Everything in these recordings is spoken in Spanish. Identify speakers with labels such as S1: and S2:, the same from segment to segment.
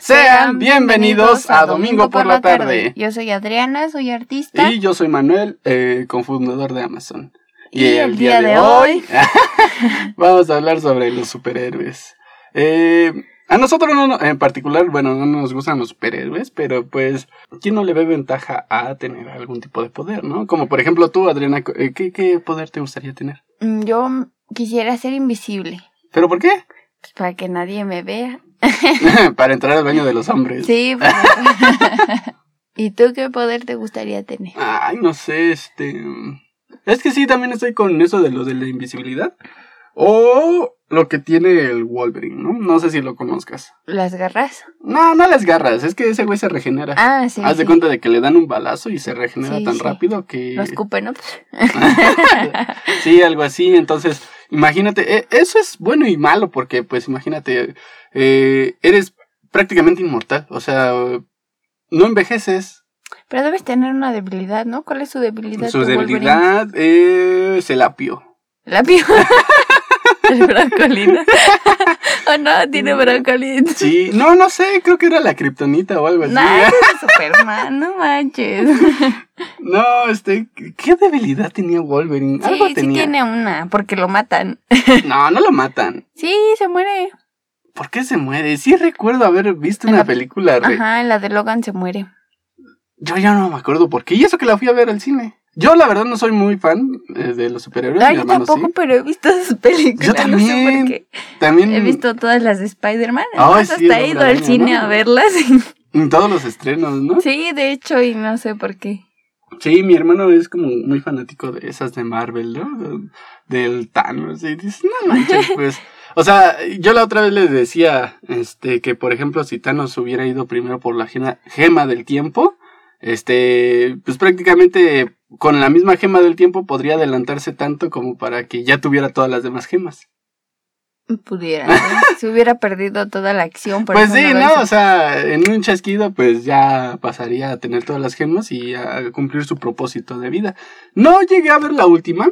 S1: Sean bienvenidos a Domingo por la tarde.
S2: Yo soy Adriana, soy artista.
S1: Y yo soy Manuel, eh, cofundador de Amazon.
S2: Y el día de hoy-
S1: vamos a hablar sobre los superhéroes. Eh, a nosotros no, no- en particular, bueno, no nos gustan los superhéroes, pero pues, ¿quién no le ve ventaja a tener algún tipo de poder, no? Como por ejemplo tú, Adriana, co- eh, ¿qué, qué poder te gustaría tener?
S2: Mm, Yo quisiera ser invisible,
S1: ¿Pero por qué?
S2: pues, para que nadie me vea.
S1: Para entrar al baño de los hombres.
S2: Sí, pues. ¿Y tú qué poder te gustaría tener?
S1: Ay, no sé, este. mm, Es que sí, también estoy con eso de lo de la invisibilidad. O lo que tiene el Wolverine, ¿no? No sé si lo conozcas.
S2: ¿Las garras?
S1: No, no las garras, es que ese güey se regenera.
S2: Ah, sí.
S1: Haz de
S2: sí.
S1: cuenta de que le dan un balazo y se regenera
S2: Sí,
S1: tan
S2: sí.
S1: rápido que.
S2: Los cupenops.
S1: sí, algo así. Entonces, imagínate, e- eso es bueno y malo, porque, pues, imagínate, eh, eres prácticamente inmortal. O sea, no envejeces.
S2: Pero debes tener una debilidad, ¿no? ¿Cuál es su debilidad?
S1: Su
S2: tu Wolverine?
S1: debilidad es el apio.
S2: La pio. El broncolina. oh, no, tiene broncolina.
S1: Mm. Sí, pues no, no sé, creo que era la kriptonita o algo así.
S2: No, ese es Superman, no manches.
S1: No, este, ¿qué debilidad tenía Wolverine? Algo
S2: Sí, sí
S1: tenía.
S2: tiene una, porque lo matan.
S1: No, no lo matan.
S2: Sí, se muere.
S1: ¿Por qué se muere? Sí recuerdo haber visto
S2: En
S1: una
S2: la-
S1: película. re-
S2: Ajá, en la de Logan se muere.
S1: Yo ya no me acuerdo por qué. Y eso que la fui a ver al cine. Yo la verdad no soy muy fan eh, de los superhéroes.
S2: Ah,
S1: mi
S2: yo
S1: hermano
S2: tampoco,
S1: sí.
S2: pero he visto sus películas.
S1: Yo
S2: No sé
S1: también.
S2: por qué.
S1: También
S2: He visto todas las de Spider-Man.
S1: Ay,
S2: entonces
S1: sí,
S2: hasta
S1: el
S2: he ido al
S1: Hombre Araña,
S2: cine
S1: ¿no?
S2: a verlas.
S1: en todos los estrenos, ¿no?
S2: sí, de hecho, y no sé por qué.
S1: Sí, mi hermano es como muy fanático de esas de Marvel, ¿no? De- Del Thanos. Y dices, no manches, pues. O sea, yo la otra vez les decía este, que, por ejemplo, si Thanos hubiera ido primero por la gema, gema del tiempo, este, pues prácticamente con la misma gema del tiempo podría adelantarse tanto como para que ya tuviera todas las demás gemas.
S2: Pudiera. ¿no? Se hubiera perdido toda la acción. por
S1: pues
S2: eso
S1: sí,
S2: no
S1: ¿no?
S2: lo hizo.
S1: O sea, en un chasquido, pues ya pasaría a tener todas las gemas y a cumplir su propósito de vida. No llegué a ver la última,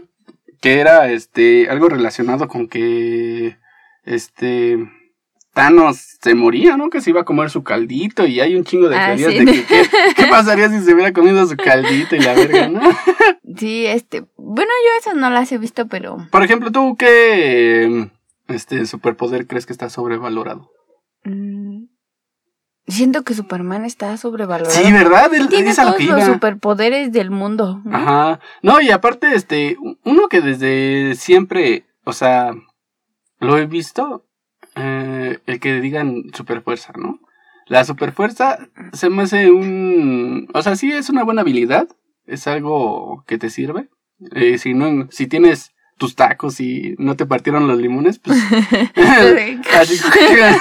S1: que era este algo relacionado con que este Thanos se moría, ¿no? Que se iba a comer su caldito y hay un chingo de
S2: Ah,
S1: teorías
S2: sí.
S1: de que qué, qué pasaría si se hubiera comido su caldito y la verga, ¿no?
S2: Sí, este. Bueno, yo esas no las he visto, pero.
S1: Por ejemplo, ¿tú qué em, este superpoder crees que está sobrevalorado?
S2: mm, siento que Superman está sobrevalorado.
S1: Sí, ¿verdad?
S2: Él
S1: Es-
S2: tiene
S1: es a lo
S2: todos
S1: que
S2: los
S1: iba.
S2: superpoderes del mundo. ¿no?
S1: Ajá. No, y aparte, este, u- uno que desde siempre, o sea, lo he visto, eh, el que digan superfuerza, ¿no? La superfuerza se me hace un, o sea, sí es una buena habilidad, es algo que te sirve. Eh, si no, si tienes tus tacos y no te partieron los limones, pues... así que-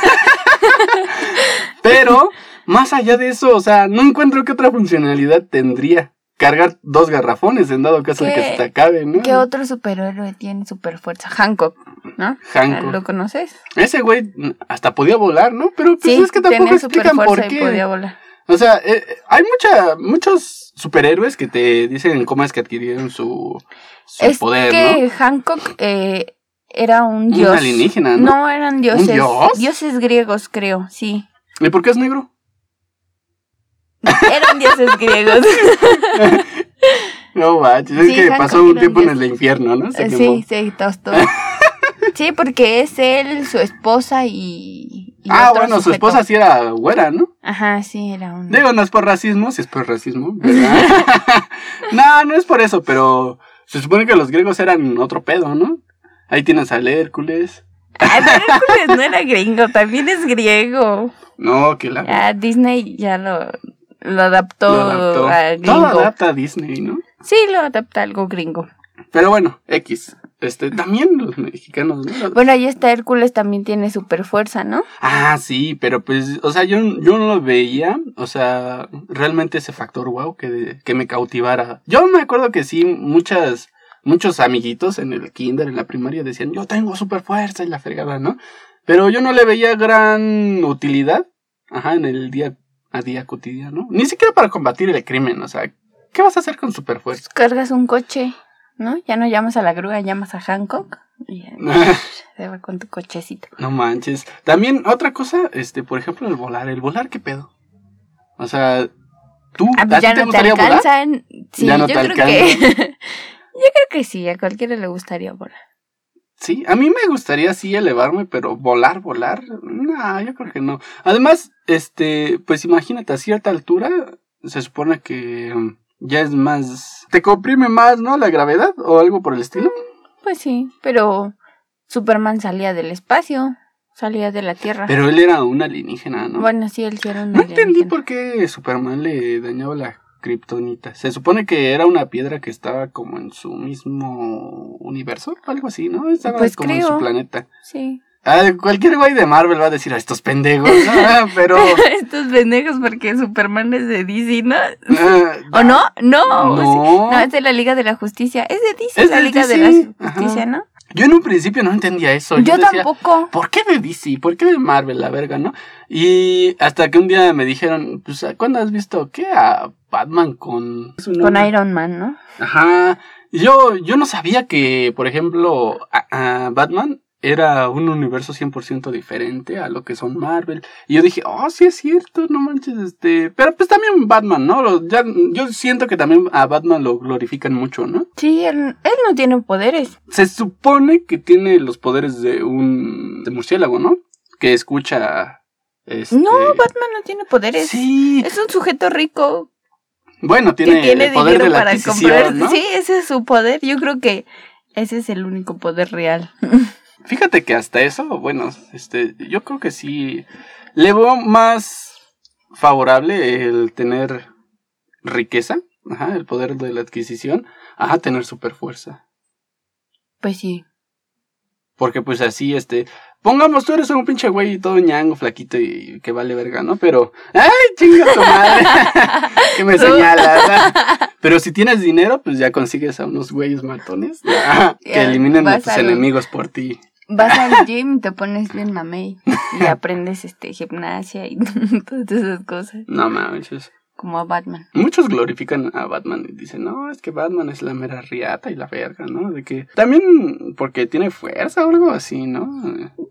S1: Pero, más allá de eso, o sea, no encuentro qué otra funcionalidad tendría. Cargar dos garrafones en dado caso de que
S2: ¿Qué-
S1: se te acabe, ¿no?
S2: ¿Qué otro superhéroe tiene superfuerza? Hancock, ¿no?
S1: Hancock.
S2: ¿Lo conoces?
S1: Ese güey mm, hasta podía volar, ¿no? Pero pues es que tampoco
S2: tenía
S1: explican por
S2: superfuerza
S1: qué.
S2: y podía volar.
S1: O sea, eh, eh, hay mucha, muchos superhéroes que te dicen cómo es que adquirieron su, su
S2: es
S1: poder,
S2: que Hancock eh, era un
S1: ¿no?
S2: dios.
S1: Un alienígena, ¿no?
S2: No, eran dioses.
S1: dios?
S2: Dioses griegos, creo, sí.
S1: ¿Y por qué es negro?
S2: Eran dioses griegos.
S1: No, manches, es
S2: Sí,
S1: que
S2: Hancock
S1: pasó un
S2: era un
S1: tiempo en
S2: dios. Eh,
S1: el infierno, ¿no? Se quemó.
S2: sí, se tostó. Sí, porque es él, su esposa y. y
S1: Ah,
S2: otro
S1: bueno, su
S2: sujeto.
S1: esposa sí era güera, ¿no?
S2: Ajá, sí, era un.
S1: Digo, no es por racismo, si es por racismo, ¿verdad? no, no es por eso, pero se supone que los griegos eran otro pedo, ¿no? Ahí tienes al Hércules.
S2: Ay, pero Hércules no era gringo, también es griego.
S1: No, que la...
S2: Ya Disney ya lo, lo adaptó,
S1: lo adaptó.
S2: a
S1: Todo
S2: gringo.
S1: adapta a Disney, ¿no?
S2: sí, lo adapta a algo gringo.
S1: Pero bueno, X. Este, también los mexicanos, ¿no?
S2: Bueno, ahí está Hércules también tiene super fuerza, ¿no?
S1: Ah, sí, pero pues, o sea, yo, yo no lo veía, o sea, realmente ese factor wow que, que me cautivara. Yo me acuerdo que sí, muchas, muchos amiguitos en el kinder, en la primaria decían, yo tengo super fuerza y la fregada, ¿no? Pero yo no le veía gran utilidad, ajá, en el día a día cotidiano, ni siquiera para combatir el crimen, o sea,
S2: Pues
S1: ¿qué vas a hacer con super fuerza?
S2: Cargas un coche, ¿no? Ya no llamas a la grúa, llamas a Hancock. Y ya, se va con tu cochecito.
S1: No manches. También otra cosa, este, por ejemplo, el volar. ¿El volar qué pedo? O sea, ¿tú
S2: Ah,
S1: a
S2: pues
S1: ti
S2: ya
S1: te
S2: no te
S1: gustaría volar?
S2: alcanzan. Sí,
S1: Ya no
S2: yo
S1: te
S2: creo que. yo creo que sí, a cualquiera le gustaría volar.
S1: Sí, a mí me gustaría sí elevarme, pero volar, volar, no, yo creo que no. Además, este, pues imagínate, a cierta altura se supone que mm, ya es más, te comprime más, ¿no? La gravedad o algo por el estilo.
S2: Pues sí, pero Superman salía del espacio, salía de la Tierra.
S1: Pero él era un alienígena, ¿no?
S2: Bueno, sí, él sí era un
S1: no entendí
S2: alienígena.
S1: por qué Superman le dañaba la kriptonita. Se supone que era una piedra que estaba como en su mismo universo, algo así, ¿no? Estaba
S2: Pues
S1: como en
S2: creo.
S1: su planeta.
S2: Sí.
S1: Ah, cualquier güey de Marvel va a decir a estos pendejos, ah, pero
S2: Estos pendejos porque Superman es de DC, ¿no?
S1: Ah,
S2: ¿O no? No. sí.
S1: No.
S2: No, es de la Liga de la Justicia. Es de DC,
S1: Es
S2: la
S1: de
S2: Liga de
S1: DC,
S2: la Justicia,
S1: ajá.
S2: ¿no?
S1: Yo en un principio no entendía eso. Yo,
S2: Yo
S1: decía,
S2: tampoco.
S1: ¿por qué de DC? ¿Por qué de Marvel? La verga, ¿no? Y hasta que un día me dijeron, pues, ¿cuándo has visto qué? A Batman con... su
S2: Con
S1: nombre?
S2: Iron Man, ¿no?
S1: Ajá. Y Yo, yo no sabía que, por ejemplo, a- a Batman era un universo 100% diferente a lo que son Marvel. Y yo dije, oh, sí es cierto, no manches, este... Pero pues también Batman, ¿no? Lo- ya- yo siento que también a Batman lo glorifican mucho, ¿no?
S2: Sí, él, él no tiene poderes.
S1: Se supone que tiene los poderes de un de murciélago, ¿no? Que escucha. este-
S2: No, Batman no tiene poderes.
S1: Sí.
S2: Es un sujeto rico
S1: Bueno,
S2: que
S1: tiene,
S2: tiene
S1: el poder
S2: dinero
S1: de la
S2: para
S1: adquisición,
S2: comprar.
S1: ¿no?
S2: Sí, ese es su poder. Yo creo que ese es el único poder real.
S1: Fíjate que hasta eso, bueno, este, yo creo que sí. Le veo más favorable el tener riqueza, ajá, el poder de la adquisición, a tener super fuerza.
S2: Pues sí.
S1: Porque pues así, este, pongamos, tú eres un pinche güey todo ñango, flaquito y que vale verga, ¿no? Pero, ¡ay, chinga tu madre! que me
S2: Tú.
S1: señalas. ¿ah? Pero si tienes dinero, pues ya consigues a unos güeyes matones ¿no? que
S2: Ya,
S1: eliminan a
S2: vas
S1: tus
S2: al-
S1: enemigos por ti.
S2: Vas al gym, te pones bien mamey y aprendes este gimnasia y todas esas cosas,
S1: No manches.
S2: como a Batman.
S1: Muchos glorifican a Batman y dicen, no, es que Batman es la mera riata y la verga, ¿no? De que también porque tiene fuerza o algo así, ¿no?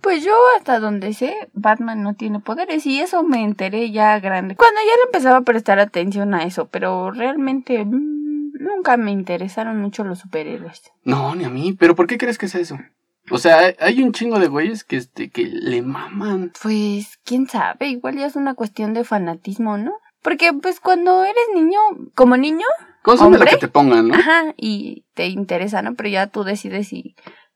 S2: Pues yo hasta donde sé, Batman no tiene poderes y eso me enteré ya grande. Cuando ya le empezaba a prestar atención a eso, pero realmente mm, nunca me interesaron mucho los superhéroes.
S1: No, ni a mí. ¿Pero por qué crees que es eso? O sea, hay- hay un chingo de güeyes que, este, que le maman.
S2: Pues quién sabe, igual ya es una cuestión de fanatismo, ¿no? Porque pues cuando eres niño, como niño,
S1: Consume lo
S2: ¿Hombre? Ah,
S1: que te pongan, ¿no?
S2: ajá, y te interesa, ¿no? Pero ya tú decides si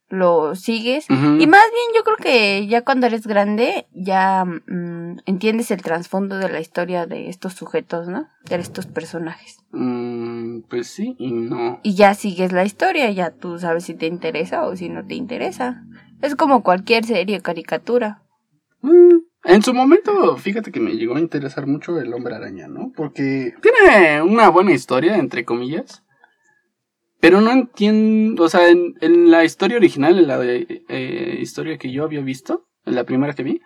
S2: lo sigues.
S1: Ujú.
S2: Y más bien yo creo que ya cuando eres grande ya mm, entiendes el trasfondo de la historia de estos sujetos, ¿no? De estos personajes.
S1: Mm, pues sí y no.
S2: Y ya sigues la historia, ya tú sabes si te interesa o si no te interesa. Es como cualquier serie o caricatura.
S1: Mm, En su momento, fíjate que me llegó a interesar mucho el hombre araña, ¿no? Porque tiene una buena historia, entre comillas. Pero no entiendo, o sea, en, en la historia original, en la de- eh, historia que yo había visto, en la primera que vi,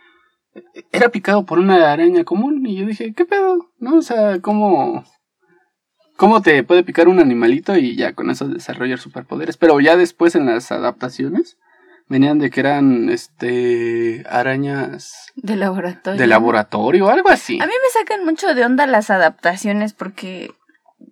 S1: era picado por una araña común y yo dije, ¿qué pedo? ¿No? O sea, ¿cómo, cómo te puede picar un animalito y ya con eso desarrollar superpoderes? Pero ya después en las adaptaciones venían de que eran este arañas
S2: De laboratorio.
S1: de laboratorio, algo así.
S2: A mí me sacan mucho de onda las adaptaciones porque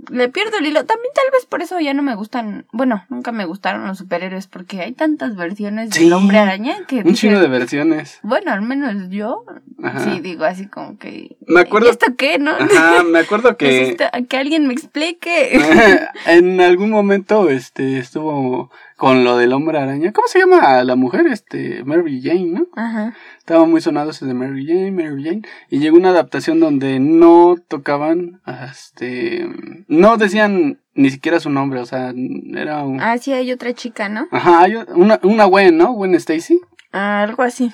S2: le pierdo el hilo. También tal vez por eso ya no me gustan, bueno, nunca me gustaron los superhéroes porque hay tantas versiones
S1: Sí.
S2: del hombre araña que...
S1: Un
S2: dices,
S1: chingo de versiones.
S2: Bueno, al menos yo
S1: Ajá.
S2: Sí, digo así como que.
S1: Me acuerdo-
S2: ¿Y esto qué, no?
S1: Ajá, me acuerdo
S2: ¿Qué es
S1: que
S2: esto? Que alguien me explique.
S1: en algún momento este estuvo con lo del hombre araña. ¿Cómo se llama la mujer? Este, Mary Jane, ¿no?
S2: Ajá.
S1: Estaban muy sonados de Mary Jane, Mary Jane. Y llegó una adaptación donde no tocaban, este, no decían ni siquiera su nombre, o sea, era un...
S2: Ah, sí, hay otra chica, ¿no?
S1: Ajá, hay una, una Gwen, ¿no? Gwen Stacy.
S2: Ah, algo así.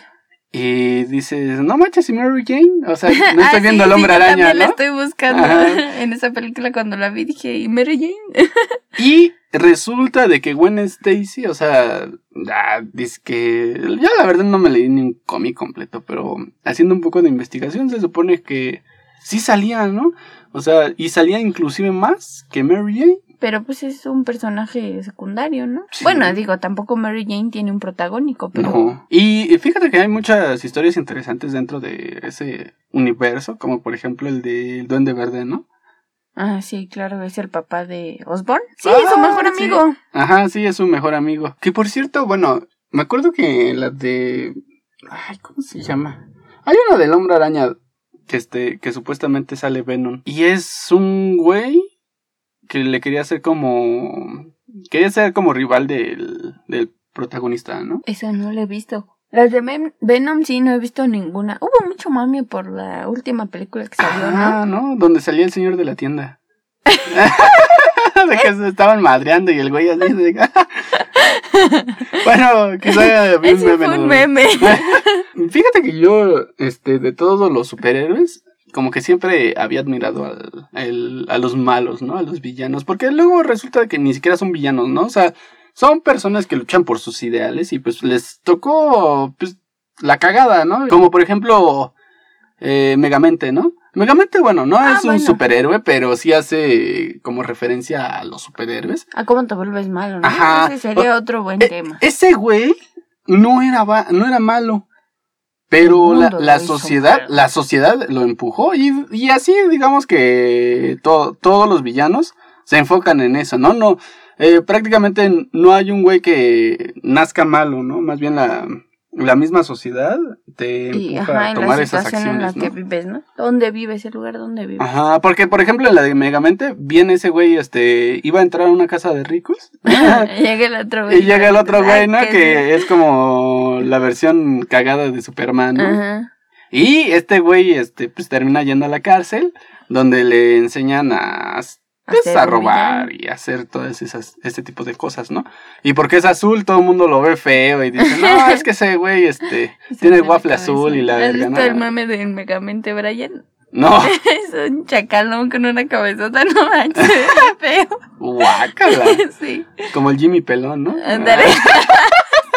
S1: Y dices, no manches, ¿y Mary Jane? O sea, no
S2: Ah,
S1: estoy
S2: sí,
S1: viendo al
S2: sí,
S1: hombre
S2: yo
S1: araña,
S2: también la
S1: ¿no?
S2: estoy buscando.
S1: Ajá.
S2: En esa película cuando la vi dije, ¿y Mary Jane?
S1: Y resulta de que Gwen Stacy, o sea, ah, dice que yo la verdad no me leí ni un cómic completo, pero haciendo un poco de investigación se supone que sí salía, ¿no? O sea, y salía inclusive más que Mary Jane.
S2: Pero pues es un personaje secundario, ¿no?
S1: Sí.
S2: Bueno, digo, tampoco Mary Jane tiene un protagónico, pero
S1: No. Y fíjate que hay muchas historias interesantes dentro de ese universo, como por ejemplo el del Duende Verde, ¿no?
S2: Ah, sí, claro, es el papá de Osborne. Sí,
S1: Ah,
S2: su mejor
S1: sí.
S2: amigo.
S1: Ajá, sí, es su mejor amigo. Que por cierto, bueno, me acuerdo que la de. Ay, ¿cómo se llama? Hay una del hombre araña que, este, que supuestamente sale Venom. Y es un güey que le quería hacer como. Quería ser como rival del, del protagonista, ¿no?
S2: Esa no la he visto. Las de Ven- Venom sí no he visto ninguna. Hubo mucho mami por la última película que salió, ¿no?
S1: Ah, ¿no? Donde salía el señor de la tienda. de que se estaban madreando y el güey así. de- "Ah". bueno, quizá vi un
S2: Ese
S1: meme,
S2: fue
S1: ¿no?
S2: un meme.
S1: Fíjate que yo, este, de todos los superhéroes, como que siempre había admirado al, al- a los malos, ¿no? A los villanos. Porque luego resulta que ni siquiera son villanos, ¿no? O sea, son personas que luchan por sus ideales y pues les tocó, pues, la cagada, ¿no? Como por ejemplo, eh, Megamente, ¿no? Megamente, bueno, no
S2: Ah,
S1: es un
S2: bueno.
S1: superhéroe, pero sí hace como referencia a los superhéroes.
S2: ¿A Ah, cómo te vuelves malo, no?
S1: Ajá.
S2: Ese sería otro buen
S1: Eh,
S2: tema.
S1: Ese güey no era, va- no era malo. Pero
S2: El
S1: la,
S2: mundo
S1: la
S2: lo hizo
S1: sociedad,
S2: malo.
S1: la sociedad lo empujó y, y así digamos que to- todos los villanos se enfocan en eso, ¿no? No, eh, prácticamente no hay un güey que nazca malo, ¿no? Más bien la, la misma sociedad te
S2: Y
S1: empuja
S2: ajá,
S1: a
S2: en
S1: eh, tomar
S2: la
S1: esas
S2: situación en la
S1: acciones,
S2: que
S1: ¿no?
S2: vives, ¿no? ¿Dónde vives? El lugar donde vives.
S1: Ajá, porque por ejemplo en la de Megamente, viene ese güey, este, iba a entrar a una casa de ricos.
S2: llega el otro güey.
S1: Y llega el otro
S2: Ay,
S1: güey, ¿no?
S2: qué
S1: Que es como la versión cagada de Superman, ¿no?
S2: Ajá.
S1: Y este güey, este, pues termina yendo a la cárcel, donde le enseñan a, pues,
S2: Hacer
S1: a
S2: un
S1: robar y a hacer todas esas, este tipo de cosas, ¿no? Y porque es azul, todo el mundo lo ve feo y dice, no, es que ese güey, este,
S2: villano.
S1: tiene el
S2: Se me
S1: waffle
S2: cabeza.
S1: azul y la
S2: ¿Has
S1: verga,
S2: visto el
S1: ¿no?
S2: mame del Megamente Brian?
S1: No,
S2: Es un chacalón con una cabezota, no manches, qué feo.
S1: guácala,
S2: Sí,
S1: como el Jimmy Pelón, ¿no? Ah.
S2: ándale.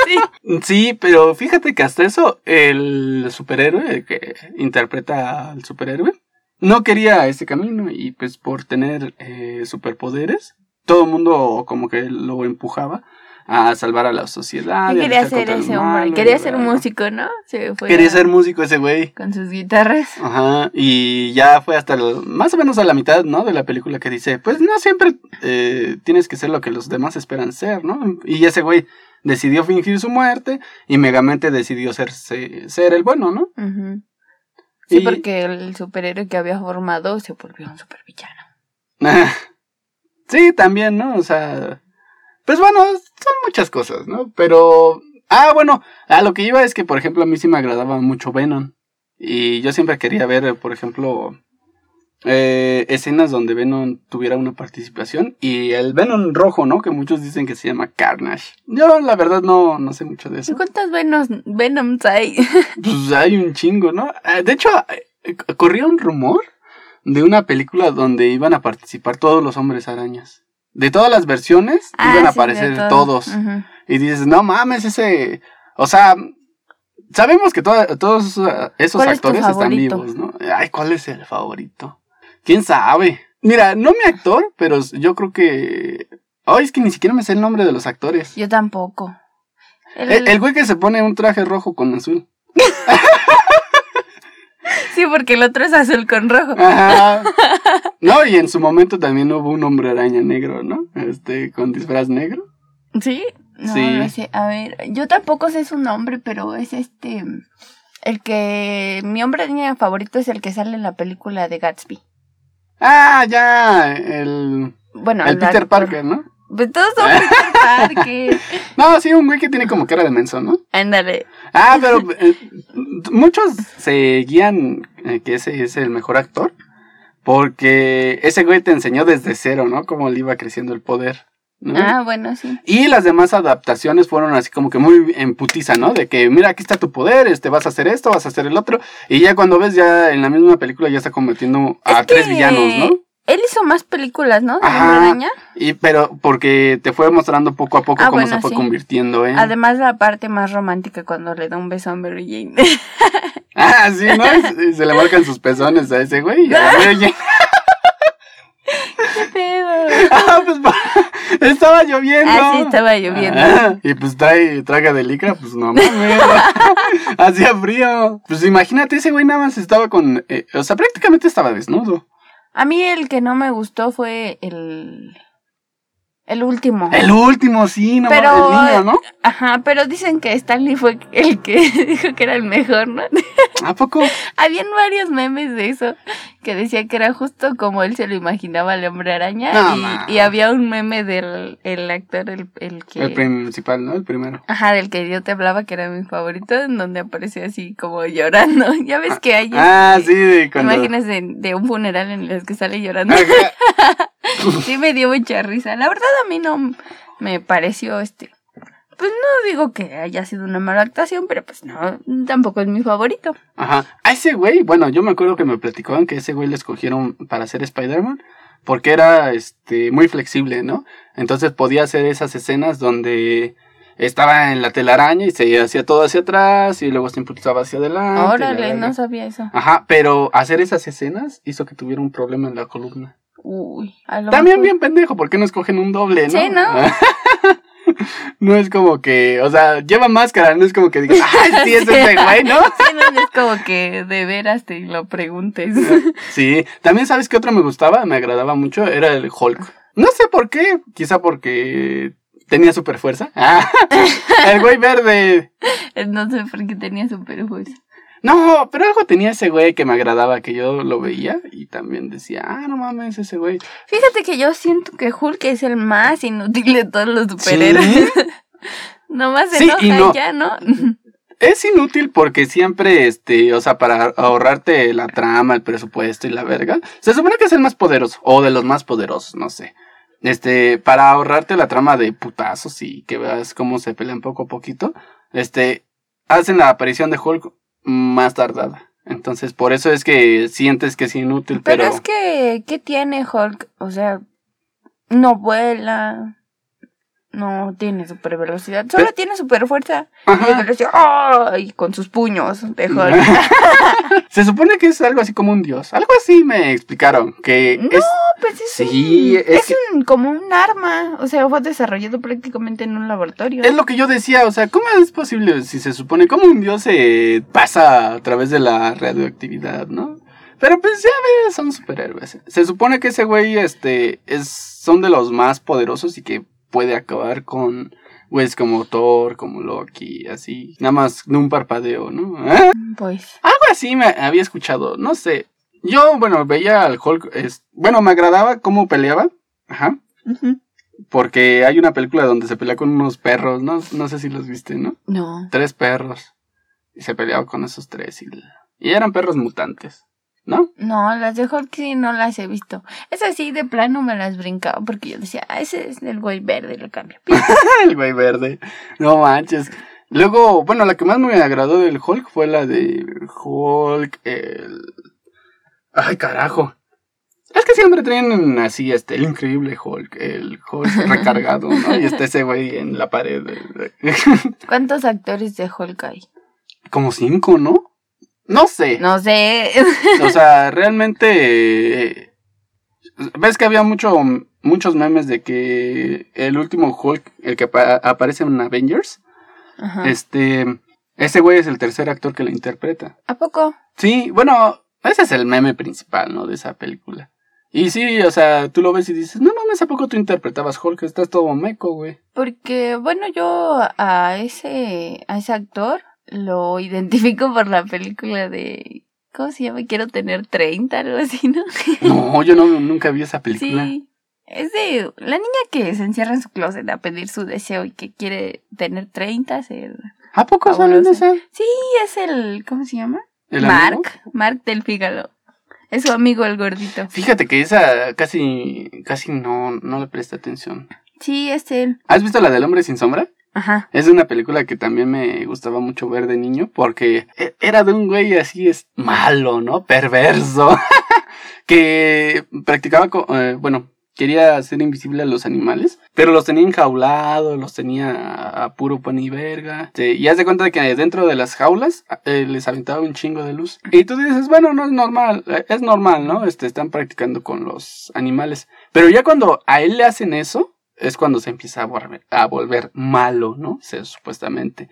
S2: Sí.
S1: Sí, pero fíjate que hasta eso el superhéroe el que interpreta al superhéroe no quería ese camino y pues por tener eh, superpoderes todo el mundo como que lo empujaba a salvar a la sociedad.
S2: ¿Qué
S1: y a
S2: quería
S1: luchar
S2: ser
S1: Ah, contra el
S2: ese
S1: mal,
S2: hombre?
S1: y
S2: Quería
S1: bla,
S2: ser
S1: bla, bla.
S2: músico, ¿no? Se fue
S1: Quería
S2: a-
S1: ser músico ese güey.
S2: Con sus guitarras.
S1: Ajá, y ya fue hasta el- más o menos a la mitad, ¿no? De la película que dice, pues no siempre eh, tienes que ser lo que los demás esperan ser, ¿no? Y ese güey decidió fingir su muerte y Megamente decidió ser, ser el bueno, ¿no?
S2: Ujú. Sí,
S1: Y-
S2: porque el superhéroe que había formado se volvió un supervillano.
S1: sí, también, ¿no? O sea, pues bueno, son muchas cosas, ¿no? Pero, ah, bueno, a lo que iba es que, por ejemplo, a mí sí me agradaba mucho Venom. Y yo siempre quería ver, eh, por ejemplo, eh, escenas donde Venom tuviera una participación. Y el Venom rojo, ¿no? Que muchos dicen que se llama Carnage. Yo, la verdad, no, no sé mucho de eso.
S2: ¿Cuántas Venoms, Venoms hay?
S1: Pues hay un chingo, ¿no? Eh, De hecho, eh, corría un rumor de una película donde iban a participar todos los hombres arañas. De todas las versiones
S2: Ah,
S1: iban a
S2: sí, de Mm.
S1: aparecer
S2: todo.
S1: todos.
S2: Ujú.
S1: Y dices, no mames, ese. O sea, sabemos que to- todos uh, esos
S2: ¿Cuál es tu
S1: actores están
S2: favorito?
S1: vivos, ¿no? Ay, ¿cuál es el favorito? ¿Quién sabe? Mira, no mi actor, pero yo creo que. Ay, es que ni siquiera me sé el nombre de los actores.
S2: Yo tampoco. Eh, El-
S1: El el güey que se pone un traje rojo con azul.
S2: Sí, porque el otro es azul con rojo.
S1: Ajá. No, y en su momento también hubo un hombre araña negro, ¿no? Este, con disfraz negro.
S2: ¿Sí? No,
S1: Sí.
S2: no sé. A ver, yo tampoco sé su nombre, pero es este. El que. Mi hombre niña favorito es el que sale en la película de Gatsby.
S1: Ah, ya, el,
S2: Bueno,
S1: el
S2: la-
S1: Peter Parker, ¿no?
S2: Pues todos son Peter Parker.
S1: No, sí, un güey que tiene como cara de menso, ¿no?
S2: Ándale.
S1: Ah, pero eh, muchos se guían eh, que ese es el mejor actor. Porque ese güey te enseñó desde cero, ¿no? Cómo le iba creciendo el poder. ¿no?
S2: Ah, bueno, sí.
S1: Y las demás adaptaciones fueron así como que muy en putiza, ¿no? De que, mira, aquí está tu poder, este, vas a hacer esto, vas a hacer el otro. Y ya cuando ves, ya en la misma película ya está convirtiendo a
S2: Es
S1: tres
S2: que-
S1: villanos, ¿no?
S2: Él hizo más películas, ¿no? De
S1: Ajá.
S2: Hombre Araña.
S1: Y, pero porque te fue mostrando poco a poco
S2: Ah,
S1: cómo
S2: bueno,
S1: se fue
S2: sí.
S1: convirtiendo en...
S2: Además, la parte más romántica cuando le da un beso a Mary Jane.
S1: Ah, sí, ¿no? Y- y se le marcan sus pezones a ese güey. y a la Mary Jane.
S2: Qué pedo.
S1: ah, pues estaba lloviendo.
S2: Ah, sí, estaba lloviendo.
S1: Ah, y pues trae traga de licra, pues no mames. Hacía frío. Pues imagínate, ese güey nada más estaba con. eh, o sea, prácticamente estaba desnudo.
S2: A mí el que no me gustó fue el. El último.
S1: El último, sí, no
S2: Pero-
S1: mames, el niño, ¿no?
S2: Ajá, pero dicen que Stanley fue el que dijo que era el mejor, ¿no?
S1: ¿A poco?
S2: Habían varios memes de eso que decía que era justo como él se lo imaginaba al hombre araña.
S1: No,
S2: y-
S1: ma.
S2: y, había un meme del el actor, el, el que.
S1: El principal, ¿no? El primero.
S2: Ajá, del que yo te hablaba que era mi favorito, en donde apareció así como llorando. Ya ves que hay.
S1: Ah,
S2: este,
S1: sí, de cuando.
S2: Imágenes de, de un funeral en las que sale llorando.
S1: Ajá.
S2: Sí me dio mucha risa. La verdad a mí no me pareció este. Pues no digo que haya sido una mala actuación, pero pues no, tampoco es mi favorito.
S1: Ajá. A ese güey, bueno, yo me acuerdo que me platicaban que ese güey le escogieron para ser Spider-Man porque era este muy flexible, ¿no? Entonces podía hacer esas escenas donde estaba en la telaraña y se hacía todo hacia atrás y luego se impulsaba hacia adelante. y la
S2: Órale,
S1: verga.
S2: no sabía eso.
S1: Ajá, pero hacer esas escenas hizo que tuviera un problema en la columna.
S2: Uy, a lo
S1: También
S2: mejor-
S1: bien pendejo, ¿por qué no escogen un doble, no?
S2: Sí, ¿no?
S1: no es como que, o sea, lleva máscara, no es como que digas, ah, sí, es
S2: Sí.
S1: este güey, ¿no?
S2: Sí, no, no es como que de veras te lo preguntes.
S1: Sí, también sabes que otro me gustaba, me agradaba mucho, era el Hulk. No sé por qué, quizá porque tenía super fuerza. Ah, el güey verde.
S2: No sé por qué tenía super fuerza.
S1: No, pero algo tenía ese güey que me agradaba, que yo lo veía y también decía, ah, no mames, ese güey.
S2: Fíjate que yo siento que Hulk es el más inútil de todos los superhéroes.
S1: ¿Sí?
S2: Nomás se
S1: Sí,
S2: enoja
S1: y
S2: y
S1: no.
S2: ya, ¿no?
S1: Es inútil porque siempre, este, o sea, para ahorrarte la trama, el presupuesto y la verga, se supone que es el más poderoso, o de los más poderosos, no sé. Este, para ahorrarte la trama de putazos y que veas cómo se pelean poco a poquito, este, hacen la aparición de Hulk más tardada. Entonces, por eso es que sientes que es inútil,
S2: Pero
S1: pero...
S2: es que, ¿qué tiene Hulk? O sea, no vuela, no tiene super velocidad, solo
S1: Pero-
S2: tiene super fuerza.
S1: Ajá.
S2: Y yo le decía, ¡ay! con sus puños de Hulk.
S1: se supone que es algo así como un dios. Algo así me explicaron, que
S2: No,
S1: es...
S2: pues es,
S1: Sí,
S2: un-
S1: es
S2: es
S1: que-
S2: un- como un arma. O sea, fue desarrollado prácticamente en un laboratorio.
S1: Es lo que yo decía, o sea, ¿cómo es posible si se supone cómo un dios se pasa a través de la radioactividad, no? Pero pues ya ves, son superhéroes. Se supone que ese güey, este, es, son de los más poderosos y que puede acabar con güeyes como Thor, como Loki, así, nada más de un parpadeo, ¿no? Algo
S2: Pues,
S1: Ah. así me había escuchado, no sé. Yo, bueno, veía al Hulk, es, bueno, me agradaba cómo peleaba, ajá,
S2: ujú.
S1: porque hay una película donde se pelea con unos perros, no, no sé si los viste, ¿no?
S2: no.
S1: tres perros. Y se peleaba con esos tres. Y, y eran perros mutantes. ¿No?
S2: No, las de Hulk sí no las he visto. Es así, de plano me las brincaba porque yo decía, ah, ese es el güey verde, le cambio.
S1: El güey verde. No manches. Luego, bueno, la que más me agradó del Hulk fue la de Hulk. El... Ay, carajo. Es que siempre traen así, este, el increíble Hulk, el Hulk recargado, ¿no? Y está ese güey en la pared.
S2: ¿Cuántos actores de Hulk hay?
S1: Como cinco, ¿no? No sé.
S2: No sé.
S1: O sea, realmente. eh, Ves que había mucho, muchos memes de que el último Hulk, el que apa- aparece en Avengers,
S2: Ajá.
S1: este. Ese güey es el tercer actor que lo interpreta.
S2: ¿A poco?
S1: Sí, bueno, ese es el meme principal, ¿no? De esa película. Y sí, o sea, tú lo ves y dices, no mames, ¿a poco tú interpretabas Hulk? Estás todo meco, güey.
S2: Porque, bueno, yo a ese, a ese actor lo identifico por la película de. ¿Cómo se llama? Quiero tener 30, algo así, ¿no?
S1: No, yo no, nunca vi esa película.
S2: Sí. Es de la niña que se encierra en su closet a pedir su deseo y que quiere tener 30. se-
S1: ¿A poco sale en
S2: Fabulosa.
S1: esa?
S2: Sí, es el. ¿Cómo se llama?
S1: ¿El amigo?
S2: Mark. Mark del Fígalo. Es su amigo el gordito.
S1: Fíjate que esa casi, casi no, no le presta atención.
S2: Sí, este, es él.
S1: ¿Has visto la del hombre sin sombra?
S2: Ajá.
S1: Es una película que también me gustaba mucho ver de niño porque e- era de un güey así es malo, ¿no? Perverso. que practicaba, co- eh, bueno, quería hacer invisible a los animales, pero los tenía enjaulados, los tenía a puro pan y verga. Sí, y haz de cuenta que dentro de las jaulas eh, les aventaba un chingo de luz. Y tú dices, bueno, no es normal, eh, es normal, ¿no? Este, están practicando con los animales. Pero ya cuando a él le hacen eso, es cuando se empieza a volver, a volver malo, ¿no? Se- supuestamente.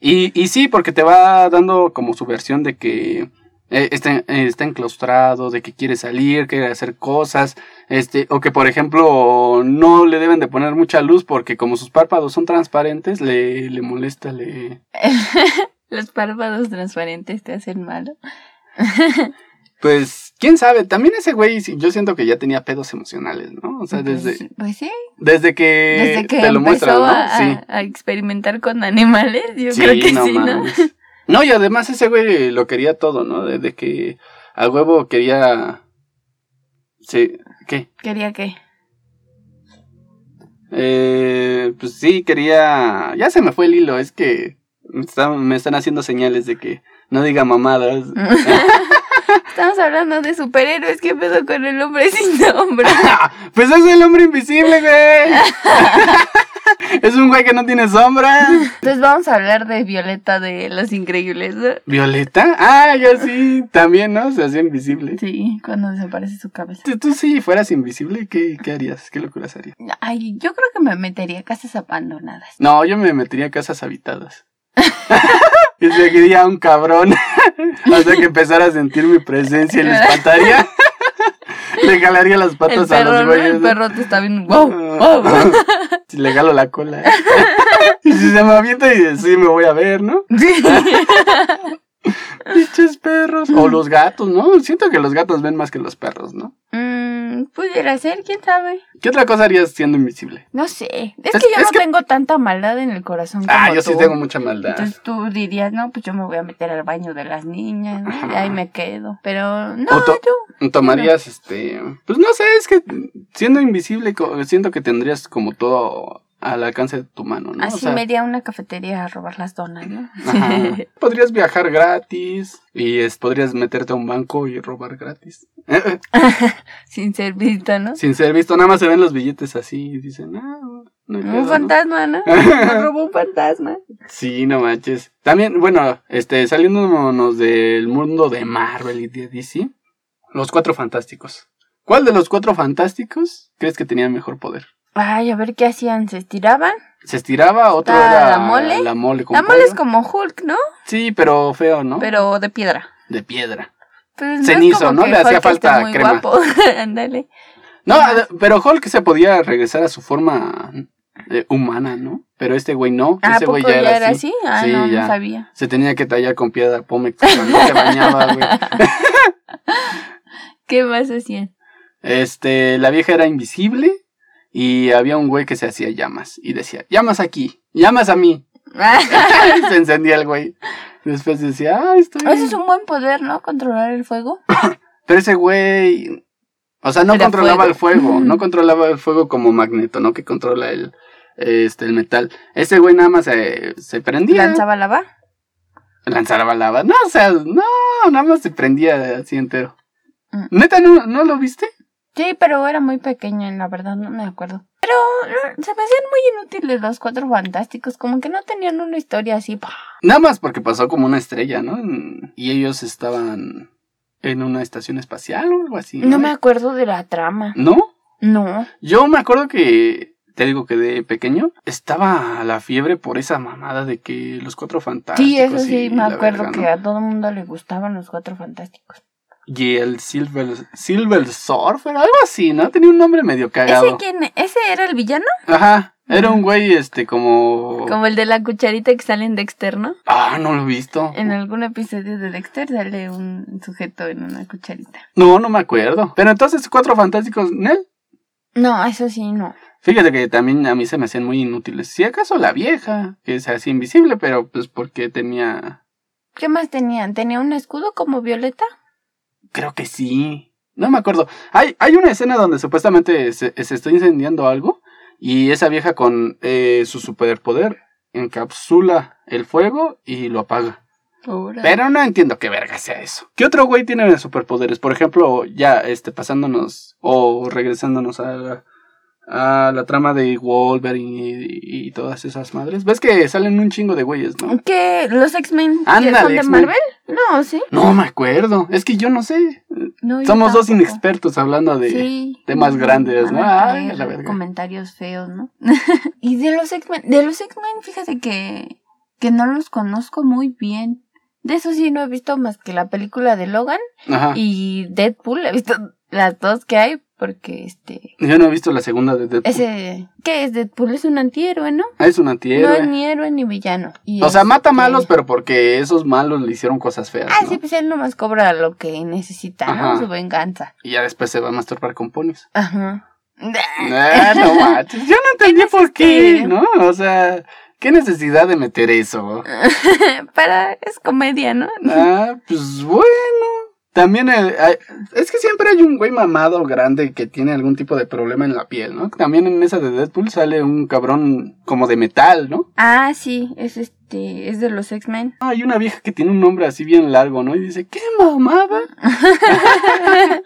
S1: Y, y sí, porque te va dando como su versión de que eh, está, eh, está enclaustrado, de que quiere salir, quiere hacer cosas, este, o que por ejemplo no le deben de poner mucha luz porque como sus párpados son transparentes, le, le molesta, le...
S2: Los párpados transparentes te hacen malo.
S1: Pues, quién sabe, también ese güey, sí, yo siento que ya tenía pedos emocionales, ¿no? O sea, desde,
S2: Pues, pues sí,
S1: desde que,
S2: desde que
S1: te
S2: empezó
S1: lo muestran, ¿no?
S2: a,
S1: sí.
S2: a experimentar con animales, yo creo que sí, ¿no?
S1: mames. No, y además ese güey lo quería todo, ¿no? Desde que a huevo quería. Sí, ¿qué?
S2: Quería que...
S1: Eh, pues sí, quería. Ya se me fue el hilo, es que me están, me están haciendo señales de que no diga mamadas.
S2: Mm. Estamos hablando de superhéroes, ¿qué pedo con el hombre sin nombre?
S1: pues es el hombre invisible, güey. es un güey que no tiene sombra.
S2: Entonces vamos a hablar de Violeta de Los Increíbles, ¿no?
S1: ¿Violeta? Ah, ya sí, también, ¿no? Se hacía invisible.
S2: Sí, cuando desaparece su cabeza.
S1: Tú, tú si fueras invisible, ¿qué, qué harías? ¿Qué locuras harías?
S2: Ay, yo creo que me metería a casas abandonadas.
S1: No, yo me metería a casas habitadas. y seguiría a un cabrón hasta que empezara a sentir mi presencia y le espantaría. le jalaría las
S2: El
S1: patas a
S2: perro,
S1: los
S2: ¿no?
S1: güeyes.
S2: El perro te está viendo. ¡Wow!
S1: Ah.
S2: ¡Wow!
S1: Si le jalo la cola. ¿eh? y si se me avienta y sí me voy a ver, ¿no?
S2: Sí.
S1: Pinches perros. O los gatos, ¿no? Siento que los gatos ven más que los perros, ¿no?
S2: Mm, pudiera ser, quién sabe.
S1: ¿Qué otra cosa harías siendo invisible?
S2: No sé. Es,
S1: Es-
S2: que yo
S1: es
S2: no
S1: que-
S2: tengo tanta maldad en el corazón. Como
S1: Ah, yo sí
S2: tú.
S1: tengo mucha maldad.
S2: Entonces tú dirías, no, pues yo me voy a meter al baño de las niñas ¿no? y
S1: Ajá.
S2: ahí me quedo. Pero no,
S1: O to-
S2: yo.
S1: Tomarías, este, pues no sé, es que siendo invisible, co- siento que tendrías como todo al alcance de tu mano, ¿no? O
S2: Así
S1: sea,
S2: me iría a una cafetería a robar las donas, ¿no?
S1: ajá. podrías viajar gratis y es, podrías meterte a un banco y robar gratis.
S2: Sin ser visto, ¿no?
S1: Sin ser visto, nada más se ven los billetes así y dicen, ah, no hay
S2: Un
S1: pedo, ¿no?".
S2: fantasma, ¿no? Me robó un fantasma.
S1: Sí, no manches. También, bueno, este, saliéndonos del mundo de Marvel y de DC, los cuatro fantásticos. ¿Cuál de los cuatro fantásticos crees que tenía mejor poder?
S2: Ay, a ver qué hacían, se estiraban.
S1: se estiraba, otro
S2: Ah,
S1: era
S2: la mole.
S1: La mole, con
S2: La mole es
S1: pollo.
S2: como Hulk, ¿no?
S1: Sí, pero feo, ¿no?
S2: Pero de piedra.
S1: De piedra.
S2: Pues es
S1: Cenizo,
S2: como
S1: ¿no?
S2: que
S1: Le hacía
S2: Hulk esté
S1: falta
S2: muy
S1: crema.
S2: guapo. Ándale.
S1: No, ad- pero Hulk se podía regresar a su forma eh, humana, ¿no? Pero este güey no,
S2: ¿A
S1: ese
S2: poco
S1: güey ya era, así.
S2: Ah,
S1: Sí,
S2: no, no
S1: ya.
S2: sabía.
S1: Se tenía que tallar con piedra pómex cuando no se bañaba, güey.
S2: ¿Qué más hacían?
S1: Este, la vieja era invisible y había un güey que se hacía llamas y decía, llamas aquí, llamas a mí. Y se encendía el güey. Después decía, ah, estoy...
S2: Ese es un buen poder, ¿no? Controlar el fuego.
S1: Pero ese güey. O sea, no
S2: Era
S1: controlaba el
S2: fuego.
S1: fuego. No controlaba el fuego como magneto, ¿no? Que controla el, este, el metal. Ese güey nada más se, se prendía.
S2: Lanzaba lava.
S1: Lanzaba lava. No, o sea, no, nada más se prendía así entero.
S2: Mm.
S1: Neta, ¿no, no lo viste?
S2: Sí, pero era muy pequeño, la verdad, no me acuerdo. Pero no, se me hacían muy inútiles los cuatro fantásticos, como que no tenían una historia así. pa.
S1: Nada más porque pasó como una estrella, ¿no? Y ellos estaban en una estación espacial o algo así.
S2: No me acuerdo de la trama.
S1: ¿No?
S2: No.
S1: Yo me acuerdo que, te digo que de pequeño, estaba la fiebre por esa mamada de que los cuatro fantásticos.
S2: Sí, eso sí,
S1: y
S2: me
S1: la
S2: acuerdo
S1: verga,
S2: que
S1: ¿no?
S2: a todo el mundo le gustaban los cuatro fantásticos.
S1: Y el Silver, Silver Surfer, algo así, ¿no? Tenía un nombre medio
S2: ¿Ese
S1: cagado.
S2: quién? ¿Ese era el villano?
S1: Ajá, era un güey, este, como...
S2: Como el de la cucharita que sale en Dexter, ¿no?
S1: Ah, no lo he visto.
S2: En algún episodio de Dexter sale un sujeto en una cucharita.
S1: No, no me acuerdo. Pero entonces, cuatro fantásticos, Nel.
S2: No, eso sí, no.
S1: Fíjate que también a mí se me hacían muy inútiles. Si acaso la vieja, que se hacía invisible, pero pues porque tenía...
S2: ¿Qué más tenían? ¿Tenía un escudo como Violeta?
S1: Creo que sí. No me acuerdo. Hay, hay una escena donde supuestamente se, se está incendiando algo y esa vieja con eh, su superpoder encapsula el fuego y lo apaga.
S2: Ahora.
S1: Pero no entiendo qué verga sea eso. ¿Qué otro güey tiene superpoderes? Por ejemplo, ya este, pasándonos o regresándonos a la, a la trama de Wolverine y, y todas esas madres. ¿Ves que salen un chingo de güeyes, no?
S2: ¿Qué? ¿Los X-Men
S1: Ándale,
S2: son de
S1: X-Men.
S2: Marvel? No, sí.
S1: No me acuerdo. Es que yo no sé.
S2: No, yo
S1: Somos dos
S2: tampoco.
S1: inexpertos hablando de...
S2: Sí.
S1: temas grandes, ¿no?
S2: Van a
S1: Ay,
S2: traer
S1: la verga.
S2: Comentarios feos, ¿no? y de los X-Men, de los X-Men, fíjate que, que no los conozco muy bien. De eso sí no he visto más que la película de Logan
S1: Ajá.
S2: y Deadpool. He visto las dos que hay porque este...
S1: Yo no he visto la segunda de Deadpool.
S2: Ese... ¿Qué es Deadpool? Es un antihéroe, ¿no?
S1: Ah, Es un
S2: No
S1: antihéroe.
S2: es ni héroe ni villano. Y
S1: o sea,
S2: este-
S1: mata malos, pero porque esos malos le hicieron cosas feas,
S2: Ah,
S1: ¿no?
S2: sí, pues él nomás cobra lo que necesita, ¿no?
S1: Ajá.
S2: Su venganza.
S1: Y ya después se va a masturbar con ponios.
S2: Ajá.
S1: Ah, no manches. Yo no entendí por qué,
S2: necesidad?
S1: ¿no? O sea, ¿qué necesidad de meter eso?
S2: Ah. Para... Es comedia, ¿no?
S1: Ah, pues bueno. También eh, hay- es que siempre hay un güey mamado grande que tiene algún tipo de problema en la piel, ¿no? También en esa de Deadpool sale un cabrón como de metal, ¿no?
S2: Ah, sí, es este, es de los X-Men.
S1: Ah, Hay una vieja que tiene un nombre así bien largo, ¿no? Y dice, ¿qué mamada?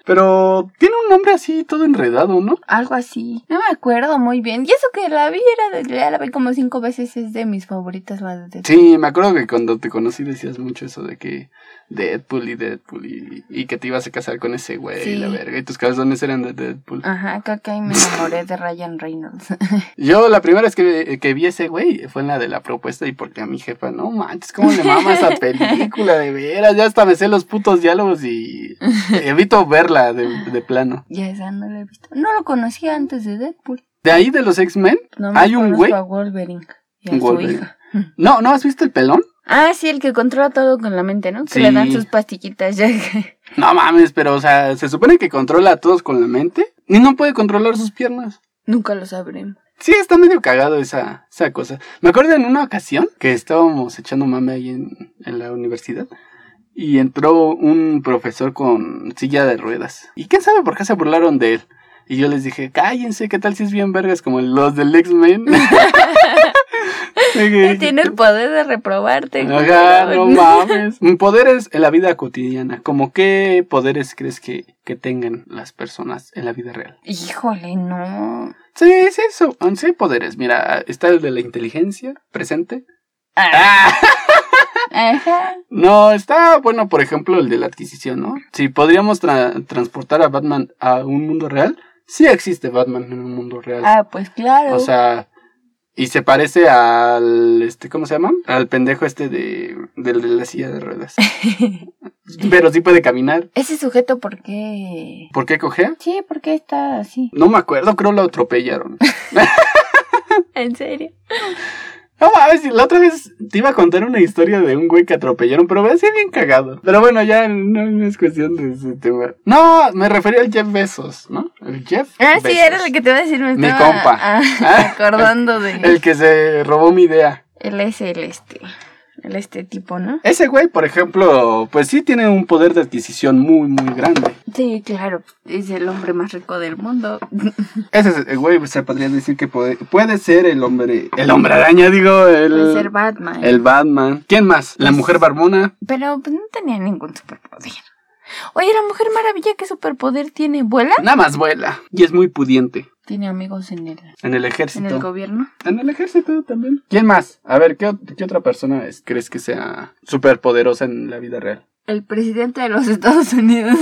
S1: Pero tiene un nombre así todo enredado, ¿no?
S2: Algo así. No me acuerdo muy bien. Y eso que la vi era de, ya la vi como cinco veces, es de mis favoritas las de
S1: Sí, me acuerdo que cuando te conocí decías mucho eso de que Deadpool y Deadpool y, y que te ibas a casar con ese güey
S2: Sí.
S1: y la verga. Y tus calzones eran de Deadpool.
S2: Ajá, creo que ahí me enamoré de Ryan Reynolds.
S1: Yo la primera vez que, que vi ese güey fue en la de la propuesta y porque a mi jefa, no manches, ¿cómo le mama esa película de veras? Ya hasta me sé los putos diálogos y evito verla de, de plano.
S2: ya esa no la he visto. No lo conocía antes de Deadpool.
S1: De ahí de los X-Men,
S2: No
S1: Hay un
S2: conozco
S1: güey-
S2: a Wolverine y a
S1: Wolverine.
S2: su hija.
S1: no, ¿no has visto el pelón?
S2: Ah, sí, el que controla todo con la mente, ¿no? Que le
S1: Sí.
S2: dan sus pastillitas ya que-
S1: No mames, pero o sea, se supone que controla a todos con la mente y no puede controlar sus piernas.
S2: Nunca lo sabremos.
S1: Sí, está medio cagado esa, esa cosa. Me acuerdo en una ocasión que estábamos echando mame ahí en, en la universidad y entró un profesor con silla de ruedas. Y quién sabe por qué se burlaron de él. Y yo les dije, cállense, ¿qué tal si es bien vergas como los del X-Men?
S2: Él tiene el poder de reprobarte.
S1: Ajá, no
S2: cabrón.
S1: mames. Poderes en la vida cotidiana. ¿Cómo qué poderes crees que, que tengan las personas en la vida real?
S2: Híjole, no.
S1: Sí, es eso. Aún sí hay poderes. Mira, está el de la inteligencia presente.
S2: Ah,
S1: Ah,
S2: Ajá.
S1: No, está bueno, por ejemplo, el de la adquisición, ¿no? Si podríamos tra- transportar a Batman a un mundo real, sí existe Batman en un mundo real.
S2: Ah, pues claro.
S1: O sea, y se parece al, este, ¿cómo se llama? Al pendejo este de, del de la silla de ruedas. Pero sí puede caminar.
S2: Ese sujeto, ¿por qué?
S1: ¿Por qué cogea?
S2: Sí, ¿por qué está así?
S1: No me acuerdo, creo lo atropellaron.
S2: ¿En serio?
S1: No mames, la otra vez te iba a contar una historia de un güey que atropellaron, pero me hacía bien cagado. Pero bueno, ya no, no es cuestión de ese tema. No, me refería al Jeff Bezos, ¿no? El Jeff.
S2: Ah, sí,
S1: Bezos.
S2: era lo que te iba a decir. Me
S1: Mi
S2: estaba,
S1: compa.
S2: ah,
S1: Ah.
S2: acordando de...
S1: El que se robó mi idea.
S2: Él es el este... El este tipo, ¿no?
S1: Ese güey, por ejemplo, pues sí tiene un poder de adquisición muy, muy grande.
S2: Sí, claro. Es el hombre más rico del mundo.
S1: Ese es- el güey se podría decir que puede, puede ser el hombre. El hombre araña, digo,
S2: Puede ser
S1: el.
S2: Batman. Pues
S1: El Batman. ¿Quién más? La mujer barbona.
S2: Pero pues, no tenía ningún superpoder. Oye, la Mujer Maravilla, ¿qué superpoder tiene? ¿Vuela?
S1: Nada más vuela. Y es muy pudiente.
S2: Tiene amigos en el,
S1: En el
S2: en
S1: ejército.
S2: el gobierno.
S1: En el ejército también. ¿Quién más? A ver, ¿qué, ot- qué otra persona es- crees que sea superpoderosa en la vida real?
S2: El presidente de los Estados Unidos.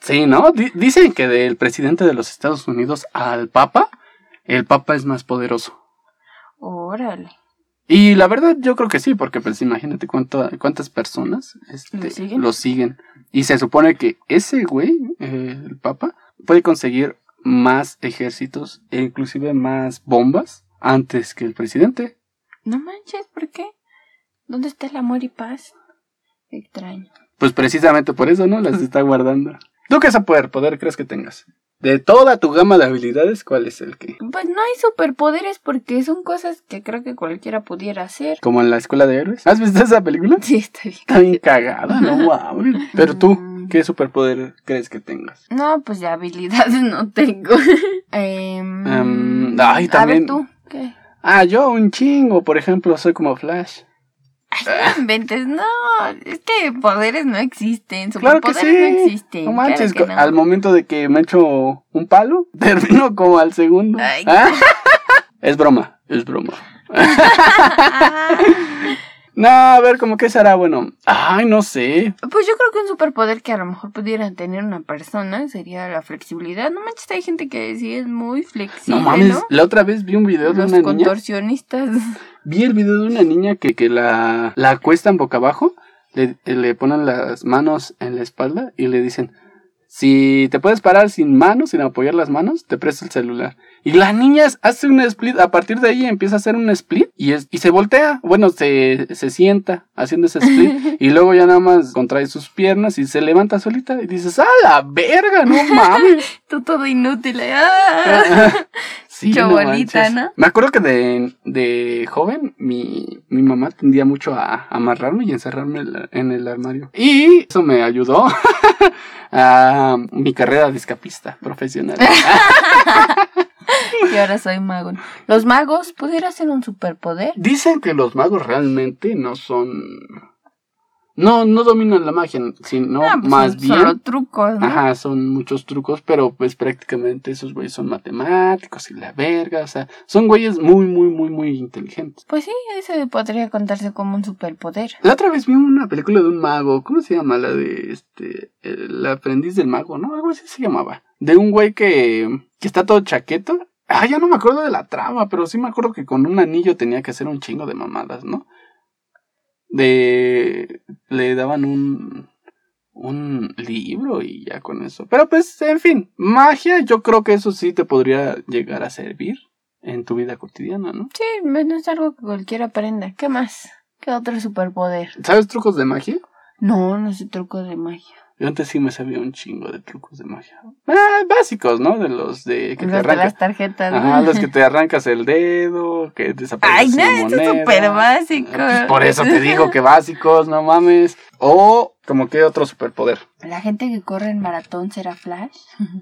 S1: Sí, ¿no? Di- dicen que del presidente de los Estados Unidos al Papa, el Papa es más poderoso.
S2: Órale.
S1: Y la verdad yo creo que sí, porque pues imagínate cuánto, cuántas personas este,
S2: ¿Lo siguen?
S1: lo siguen. Y se supone que ese güey, eh, el Papa, puede conseguir más ejércitos e inclusive más bombas antes que el presidente.
S2: No manches, ¿por qué? ¿Dónde está el amor y paz? Qué Extraño.
S1: Pues precisamente por eso, ¿no? Las está guardando. ¿Tú qué poder, poder crees que tengas? De toda tu gama de habilidades, ¿cuál es el que?
S2: Pues no hay superpoderes porque son cosas que creo que cualquiera pudiera hacer.
S1: Como en la escuela de héroes. ¿Has visto esa película?
S2: Sí, está bien.
S1: Está bien cagada, no wow. Pero tú, ¿qué superpoder crees que tengas?
S2: No, pues de habilidades no tengo. Em,
S1: Em, ay,
S2: A ver
S1: también-
S2: tú, ¿qué?
S1: Ah, yo un chingo, por ejemplo, soy como Flash.
S2: Ay, no inventes, no, este poderes no existen,
S1: Claro que
S2: superpoderes
S1: sí.
S2: no existen.
S1: No
S2: claro
S1: manches,
S2: que
S1: co-
S2: no.
S1: al momento de que me echo un palo, termino como al segundo.
S2: Ay.
S1: ¿Ah? Es broma, es broma.
S2: Ah,
S1: No, a ver, ¿cómo que será? Bueno, ay, no sé.
S2: pues yo creo que un superpoder que a lo mejor pudiera tener una persona sería la flexibilidad. No manches, hay gente que sí es muy flexible,
S1: No
S2: ¿no?
S1: mames, la otra vez vi un video de
S2: Los
S1: una niña.
S2: contorsionistas.
S1: Vi el video de una niña que, que la, la acuestan boca abajo, le, le ponen las manos en la espalda y le dicen, si te puedes parar sin manos, sin apoyar las manos, te presto el celular. Y la niña hace un split, a partir de ahí empieza a hacer un split y, es, y se voltea, bueno, se, se sienta haciendo ese split y luego ya nada más contrae sus piernas y se levanta solita y dices, ¡ah, la verga, no mames!
S2: Tú todo inútil. ah.
S1: Sí,
S2: Chobolita,
S1: manches.
S2: ¿no?
S1: Me acuerdo que de, de joven mi, mi mamá tendía mucho a amarrarme y encerrarme en la- en el armario. Y eso me ayudó a mi carrera de escapista profesional.
S2: Y ahora soy mago. Los magos pudiera ser un superpoder.
S1: Dicen que los magos realmente no son... No, no dominan la magia, sino
S2: Ah, pues
S1: más
S2: son
S1: bien...
S2: Solo trucos, ¿no?
S1: Ajá, son muchos trucos, pero pues prácticamente esos güeyes son matemáticos y la verga, o sea, son güeyes muy, muy, muy, muy inteligentes.
S2: Pues sí, ese podría contarse como un superpoder.
S1: La otra vez vi una película de un mago, ¿cómo se llama? La de este, el aprendiz del mago, ¿no? Algo así se llamaba. De un güey que, que está todo chaqueto. Ah, ya no me acuerdo de la trama, pero sí me acuerdo que con un anillo tenía que hacer un chingo de mamadas, ¿no? De... le daban un... un libro y ya con eso. Pero pues, en fin, magia yo creo que eso sí te podría llegar a servir en tu vida cotidiana, ¿no?
S2: Sí, pues, no es algo que cualquiera aprenda. ¿Qué más? ¿Qué otro superpoder?
S1: ¿Sabes trucos de magia?
S2: No, no sé truco de magia.
S1: Yo antes sí me sabía un chingo de trucos de magia. Ah, básicos, ¿no? De los de que te
S2: Los de las
S1: arrancas.
S2: tarjetas. ¿no?
S1: Ajá, los que te arrancas el dedo, que desaparece.
S2: Ay, no, esto es súper básico.
S1: pues, Ah, por eso te digo que básicos, no mames. O como que otro superpoder.
S2: ¿La gente que corre en maratón será Flash?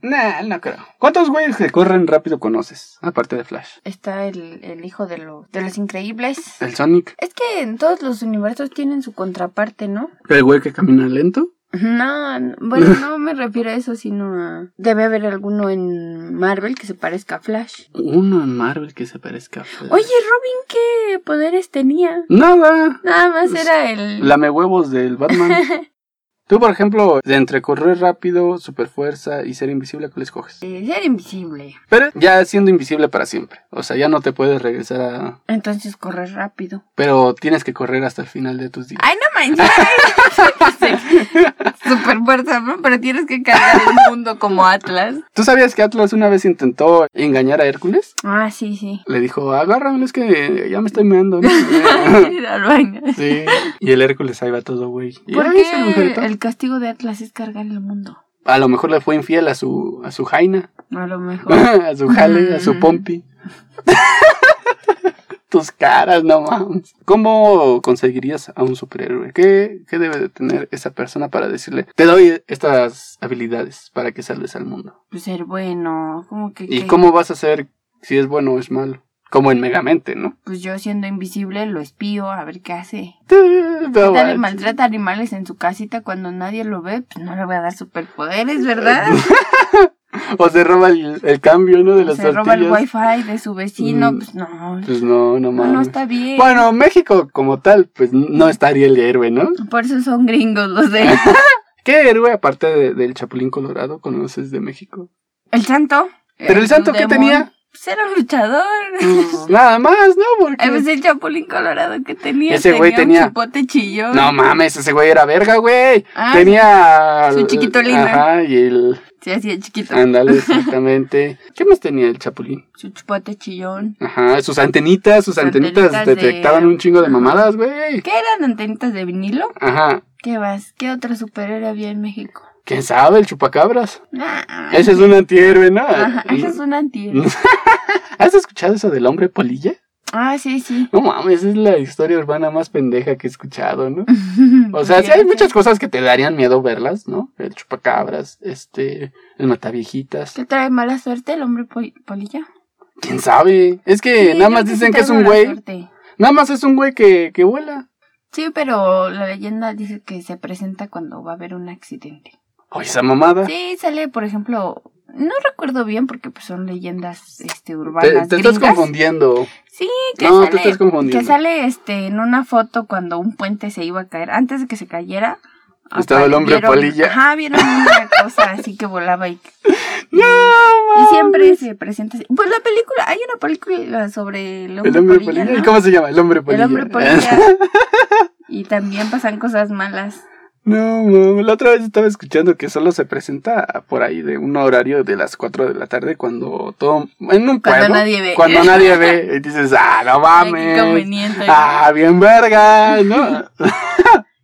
S1: Nah, no creo. ¿Cuántos güeyes que corren rápido conoces? Aparte de Flash.
S2: Está el, el hijo de, lo- de los increíbles.
S1: El Sonic.
S2: Es que en todos los universos tienen su contraparte, ¿no?
S1: El güey que camina lento.
S2: No, no, bueno, no me refiero a eso, sino a... Debe haber alguno en Marvel que se parezca a Flash.
S1: Uno en Marvel que se parezca a Flash.
S2: Oye, Robin, ¿qué poderes tenía?
S1: Nada.
S2: Nada más
S1: Pues,
S2: era el...
S1: Lame huevos del Batman. Tú, por ejemplo, de entre correr rápido, superfuerza y ser invisible, ¿cuál escoges?
S2: de ser invisible.
S1: Pero ya siendo invisible para siempre. O sea, ya no te puedes regresar a...
S2: Entonces correr rápido.
S1: Pero tienes que correr hasta el final de tus días.
S2: ¡Ay, no manches! Super fuerza, ¿no? Pero tienes que cargar el mundo como Atlas.
S1: ¿Tú sabías que Atlas una vez intentó engañar a Hércules?
S2: Ah, sí, sí.
S1: Le dijo, agárrame, es que ya me estoy meando. ¿no?".
S2: Quiero ir al baño.
S1: sí. Y el Hércules ahí va todo, güey. Y,
S2: ¿Por
S1: "Ay,
S2: qué
S1: esa mujerita".
S2: el castigo de Atlas es cargar el mundo?
S1: A lo mejor le fue infiel a su, a su jaina,
S2: A lo mejor.
S1: a su jale, a su pompi. Tus caras, no mames. ¿Cómo conseguirías a un superhéroe? ¿Qué, ¿Qué debe de tener esa persona para decirle, te doy estas habilidades para que salves al mundo?
S2: Pues ser bueno, como que...
S1: ¿Y
S2: que-
S1: cómo vas a saber si es bueno o es malo? Como en Megamente, ¿no?
S2: Pues yo siendo invisible lo espío a ver qué hace.
S1: No manches.
S2: Dale maltrata animales en su casita cuando nadie lo ve, pues no le voy a dar superpoderes, ¿verdad?
S1: O se roba el, el cambio, ¿no? De las
S2: Se roba el
S1: tortillas.
S2: wifi de su vecino,
S1: Mm.
S2: pues no.
S1: Pues no, no
S2: No, no
S1: mames.
S2: está bien.
S1: Bueno, México como tal, pues no estaría el héroe, ¿no?
S2: Por eso son gringos los de...
S1: ¿Qué héroe, aparte de- del Chapulín Colorado, conoces de México?
S2: El santo. Eh,
S1: ¿Pero el santo qué
S2: Demon.
S1: tenía?
S2: Pues era un luchador.
S1: Pues, nada más, ¿no?
S2: A veces
S1: Porque...
S2: el chapulín colorado que tenía.
S1: Ese güey tenía-
S2: Un chipote chillón.
S1: No mames, ese güey era verga, güey.
S2: Ah,
S1: Tenía...
S2: su chiquitolina.
S1: Ajá, y el...
S2: Se hacía chiquito.
S1: Ándale, exactamente. ¿Qué más tenía el Chapulín?
S2: Su chipote chillón.
S1: Ajá, sus antenitas, sus
S2: Sus
S1: antenitas
S2: antenitas
S1: detectaban
S2: de-
S1: un chingo de
S2: Ajá.
S1: mamadas, güey.
S2: ¿Qué eran antenitas de vinilo?
S1: Ajá.
S2: ¿Qué vas? ¿Qué otro superhéroe había en México?
S1: ¿Quién sabe? El chupacabras.
S2: Ah,
S1: Ese es un antihéroe, ¿no?
S2: Ajá, ese es un antihéroe.
S1: ¿Has escuchado eso del hombre polilla?
S2: Ah, sí, sí.
S1: No mames, es la historia urbana más pendeja que he escuchado, ¿no? O sea, sí hay muchas cosas que te darían miedo verlas, ¿no? El chupacabras, este, el mataviejitas.
S2: ¿Te trae mala suerte el hombre pol- polilla?
S1: ¿Quién sabe? Es que
S2: Sí,
S1: nada
S2: yo
S1: más
S2: creo
S1: dicen
S2: sí
S1: que es
S2: trae
S1: un
S2: mala
S1: güey.
S2: suerte.
S1: Nada más es un güey que, que vuela.
S2: Sí, pero la leyenda dice que se presenta cuando va a haber un accidente.
S1: Oye, esa mamada.
S2: Sí, sale, por ejemplo, no recuerdo bien porque pues son leyendas este,
S1: te,
S2: urbanas.
S1: te estás
S2: gringas.
S1: confundiendo.
S2: Sí, que
S1: No, te
S2: sale,
S1: estás confundiendo.
S2: que sale este, en una foto cuando un puente se iba a caer. Antes de que se cayera.
S1: Estaba el hombre
S2: vieron-
S1: polilla.
S2: Ajá, vieron una cosa así que volaba y,
S1: No,
S2: y
S1: mames.
S2: siempre se presenta así. Pues la película, hay una película sobre el hombre,
S1: El hombre
S2: polilla,
S1: polilla.
S2: ¿no?
S1: ¿Y cómo se llama? El hombre
S2: El
S1: polilla.
S2: hombre polilla. y también pasan cosas malas.
S1: no, mames. La otra vez estaba escuchando que solo se presenta por ahí de un horario de las 4 de la tarde cuando todo. En un
S2: Cuando
S1: pueblo.
S2: nadie ve.
S1: Cuando nadie ve. Y dices, ah, no
S2: Ay, qué
S1: mames.
S2: conveniente.
S1: Ah, bien verga.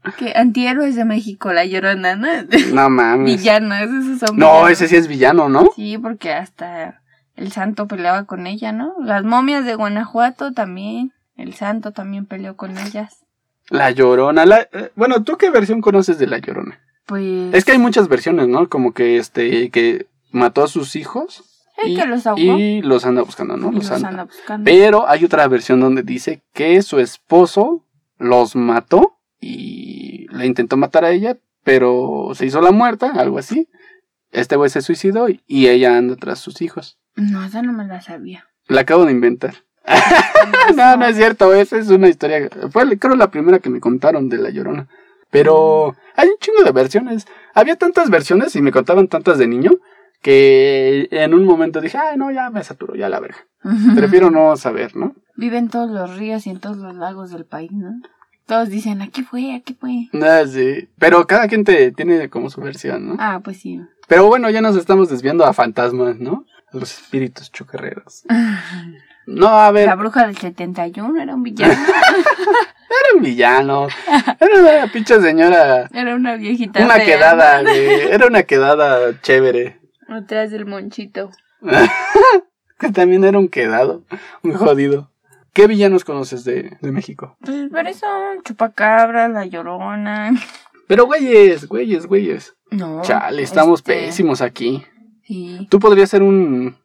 S1: No,
S2: Que antihéroes de México, la llorona, ¿no?
S1: no mames.
S2: Villanos, esos son
S1: Mm. No,
S2: villanos.
S1: ese sí es villano, ¿no?
S2: Sí, porque hasta el santo peleaba con ella, ¿no? Las momias de Guanajuato también. El santo también peleó con ellas.
S1: La Llorona. La, eh, bueno, ¿tú qué versión conoces de La Llorona?
S2: Pues.
S1: Es que hay muchas versiones, ¿no? Como que este que mató a sus hijos
S2: el
S1: y,
S2: que los ahogó. Y
S1: y los anda buscando, ¿no?
S2: los
S1: Los anda. Eh.
S2: anda buscando.
S1: Pero hay otra versión donde dice que su esposo los mató y la intentó matar a ella, pero se hizo la muerta, algo así. Este güey se suicidó y, y ella anda tras sus hijos.
S2: No, esa no me la sabía.
S1: La acabo de inventar. No, no es cierto, esa es una historia. Fue creo la primera que me contaron de La Llorona. Pero hay un chingo de versiones. Había tantas versiones y me contaban tantas de niño que en un momento dije, ay, no, ya me saturo, ya la verga. Prefiero no saber, ¿no?
S2: Vive en todos los ríos y en todos los lagos del país, ¿no? Todos dicen, aquí fue, aquí fue.
S1: Ah, sí. Pero cada quien te- tiene como su versión, ¿no?
S2: Ah, pues sí.
S1: Pero bueno, ya nos estamos desviando a fantasmas, ¿no? A los espíritus chocarreros. No, a ver,
S2: La bruja del 71 era un villano.
S1: eran villanos. Era una pinche señora.
S2: Era una viejita.
S1: Una
S2: fea,
S1: quedada, güey. Era una quedada chévere.
S2: ¿no? Atrás del monchito.
S1: Que también era un quedado, un jodido. ¿Qué villanos conoces de, de México?
S2: Pues por eso, chupacabra, la llorona.
S1: Pero güeyes, güeyes, güeyes.
S2: No.
S1: Chale, estamos
S2: este,
S1: pésimos aquí.
S2: Sí.
S1: Tú podrías ser un...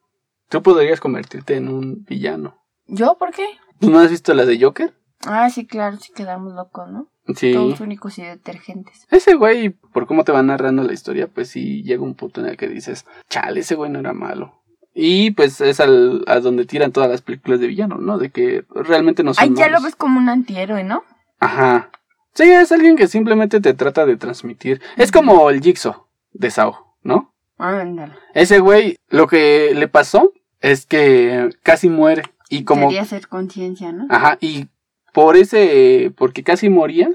S1: Tú podrías convertirte en un villano.
S2: ¿Yo por qué?
S1: ¿Tú no has visto la de Joker?
S2: Ah, sí, claro, sí quedamos locos, ¿no?
S1: Sí.
S2: Todos únicos y detergentes.
S1: Ese güey, por cómo te va narrando la historia, pues sí llega un punto en el que dices, chale, ese güey no era malo. Y pues es al, a donde tiran todas las películas de villano, ¿no? De que realmente no son
S2: Ay, ya lo
S1: malos.
S2: ves como un antihéroe, ¿no?
S1: Ajá. Sí, es alguien que simplemente te trata de transmitir. Es como el Jigsaw de Sao, ¿no?
S2: Ah, ándale.
S1: Ese güey, lo que le pasó es que casi muere. Y como. Ah.
S2: Quería hacer conciencia, ¿no?
S1: Ajá. Y por ese. Porque casi moría,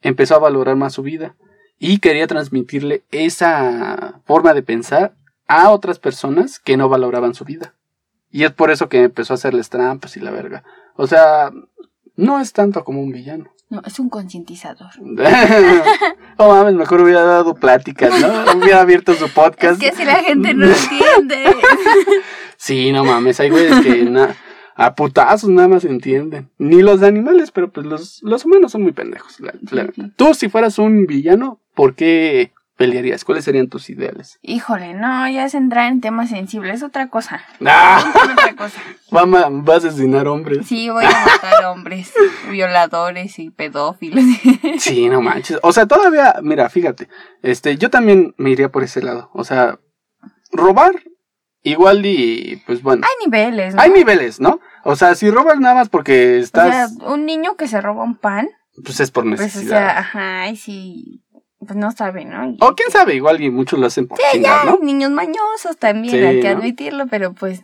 S1: empezó a valorar más su vida. Y quería transmitirle esa forma de pensar a otras personas que no valoraban su vida. Y es por eso que empezó a hacerles trampas y la verga. O sea, no es tanto como un villano.
S2: No, es un concientizador.
S1: oh mames, mejor hubiera dado pláticas, ¿no? Hubiera abierto su
S2: Es
S1: podcast.
S2: que si la gente no entiende.
S1: Sí, no mames, hay güeyes que na- a putazos nada más entienden. Ni los de animales, pero pues los, los humanos son muy pendejos. la- la- Tú, si fueras un villano, ¿por qué pelearías? ¿Cuáles serían tus ideales?
S2: Híjole, no, ya se entra en temas sensibles. Es otra cosa.
S1: ¡Ah!
S2: Es otra cosa.
S1: Mama, va a asesinar hombres.
S2: Sí, voy a matar hombres, violadores y pedófilos.
S1: Sí, no manches. O sea, todavía, mira, fíjate, este, yo también me iría por ese lado. O sea, robar, igual y pues bueno.
S2: Hay niveles, ¿no?
S1: Hay niveles, ¿no? O sea, si robas nada más porque
S2: O sea,
S1: estás,
S2: un niño que se roba un pan,
S1: pues es por
S2: pues, o
S1: necesidad.
S2: sea, ajá, y si, pues no sabe, ¿no? Y-
S1: o quién sabe, igual y muchos lo hacen por chingar,
S2: Hay
S1: ¿no?
S2: niños mañosos también,
S1: Sí,
S2: hay que
S1: ¿no?
S2: admitirlo, pero pues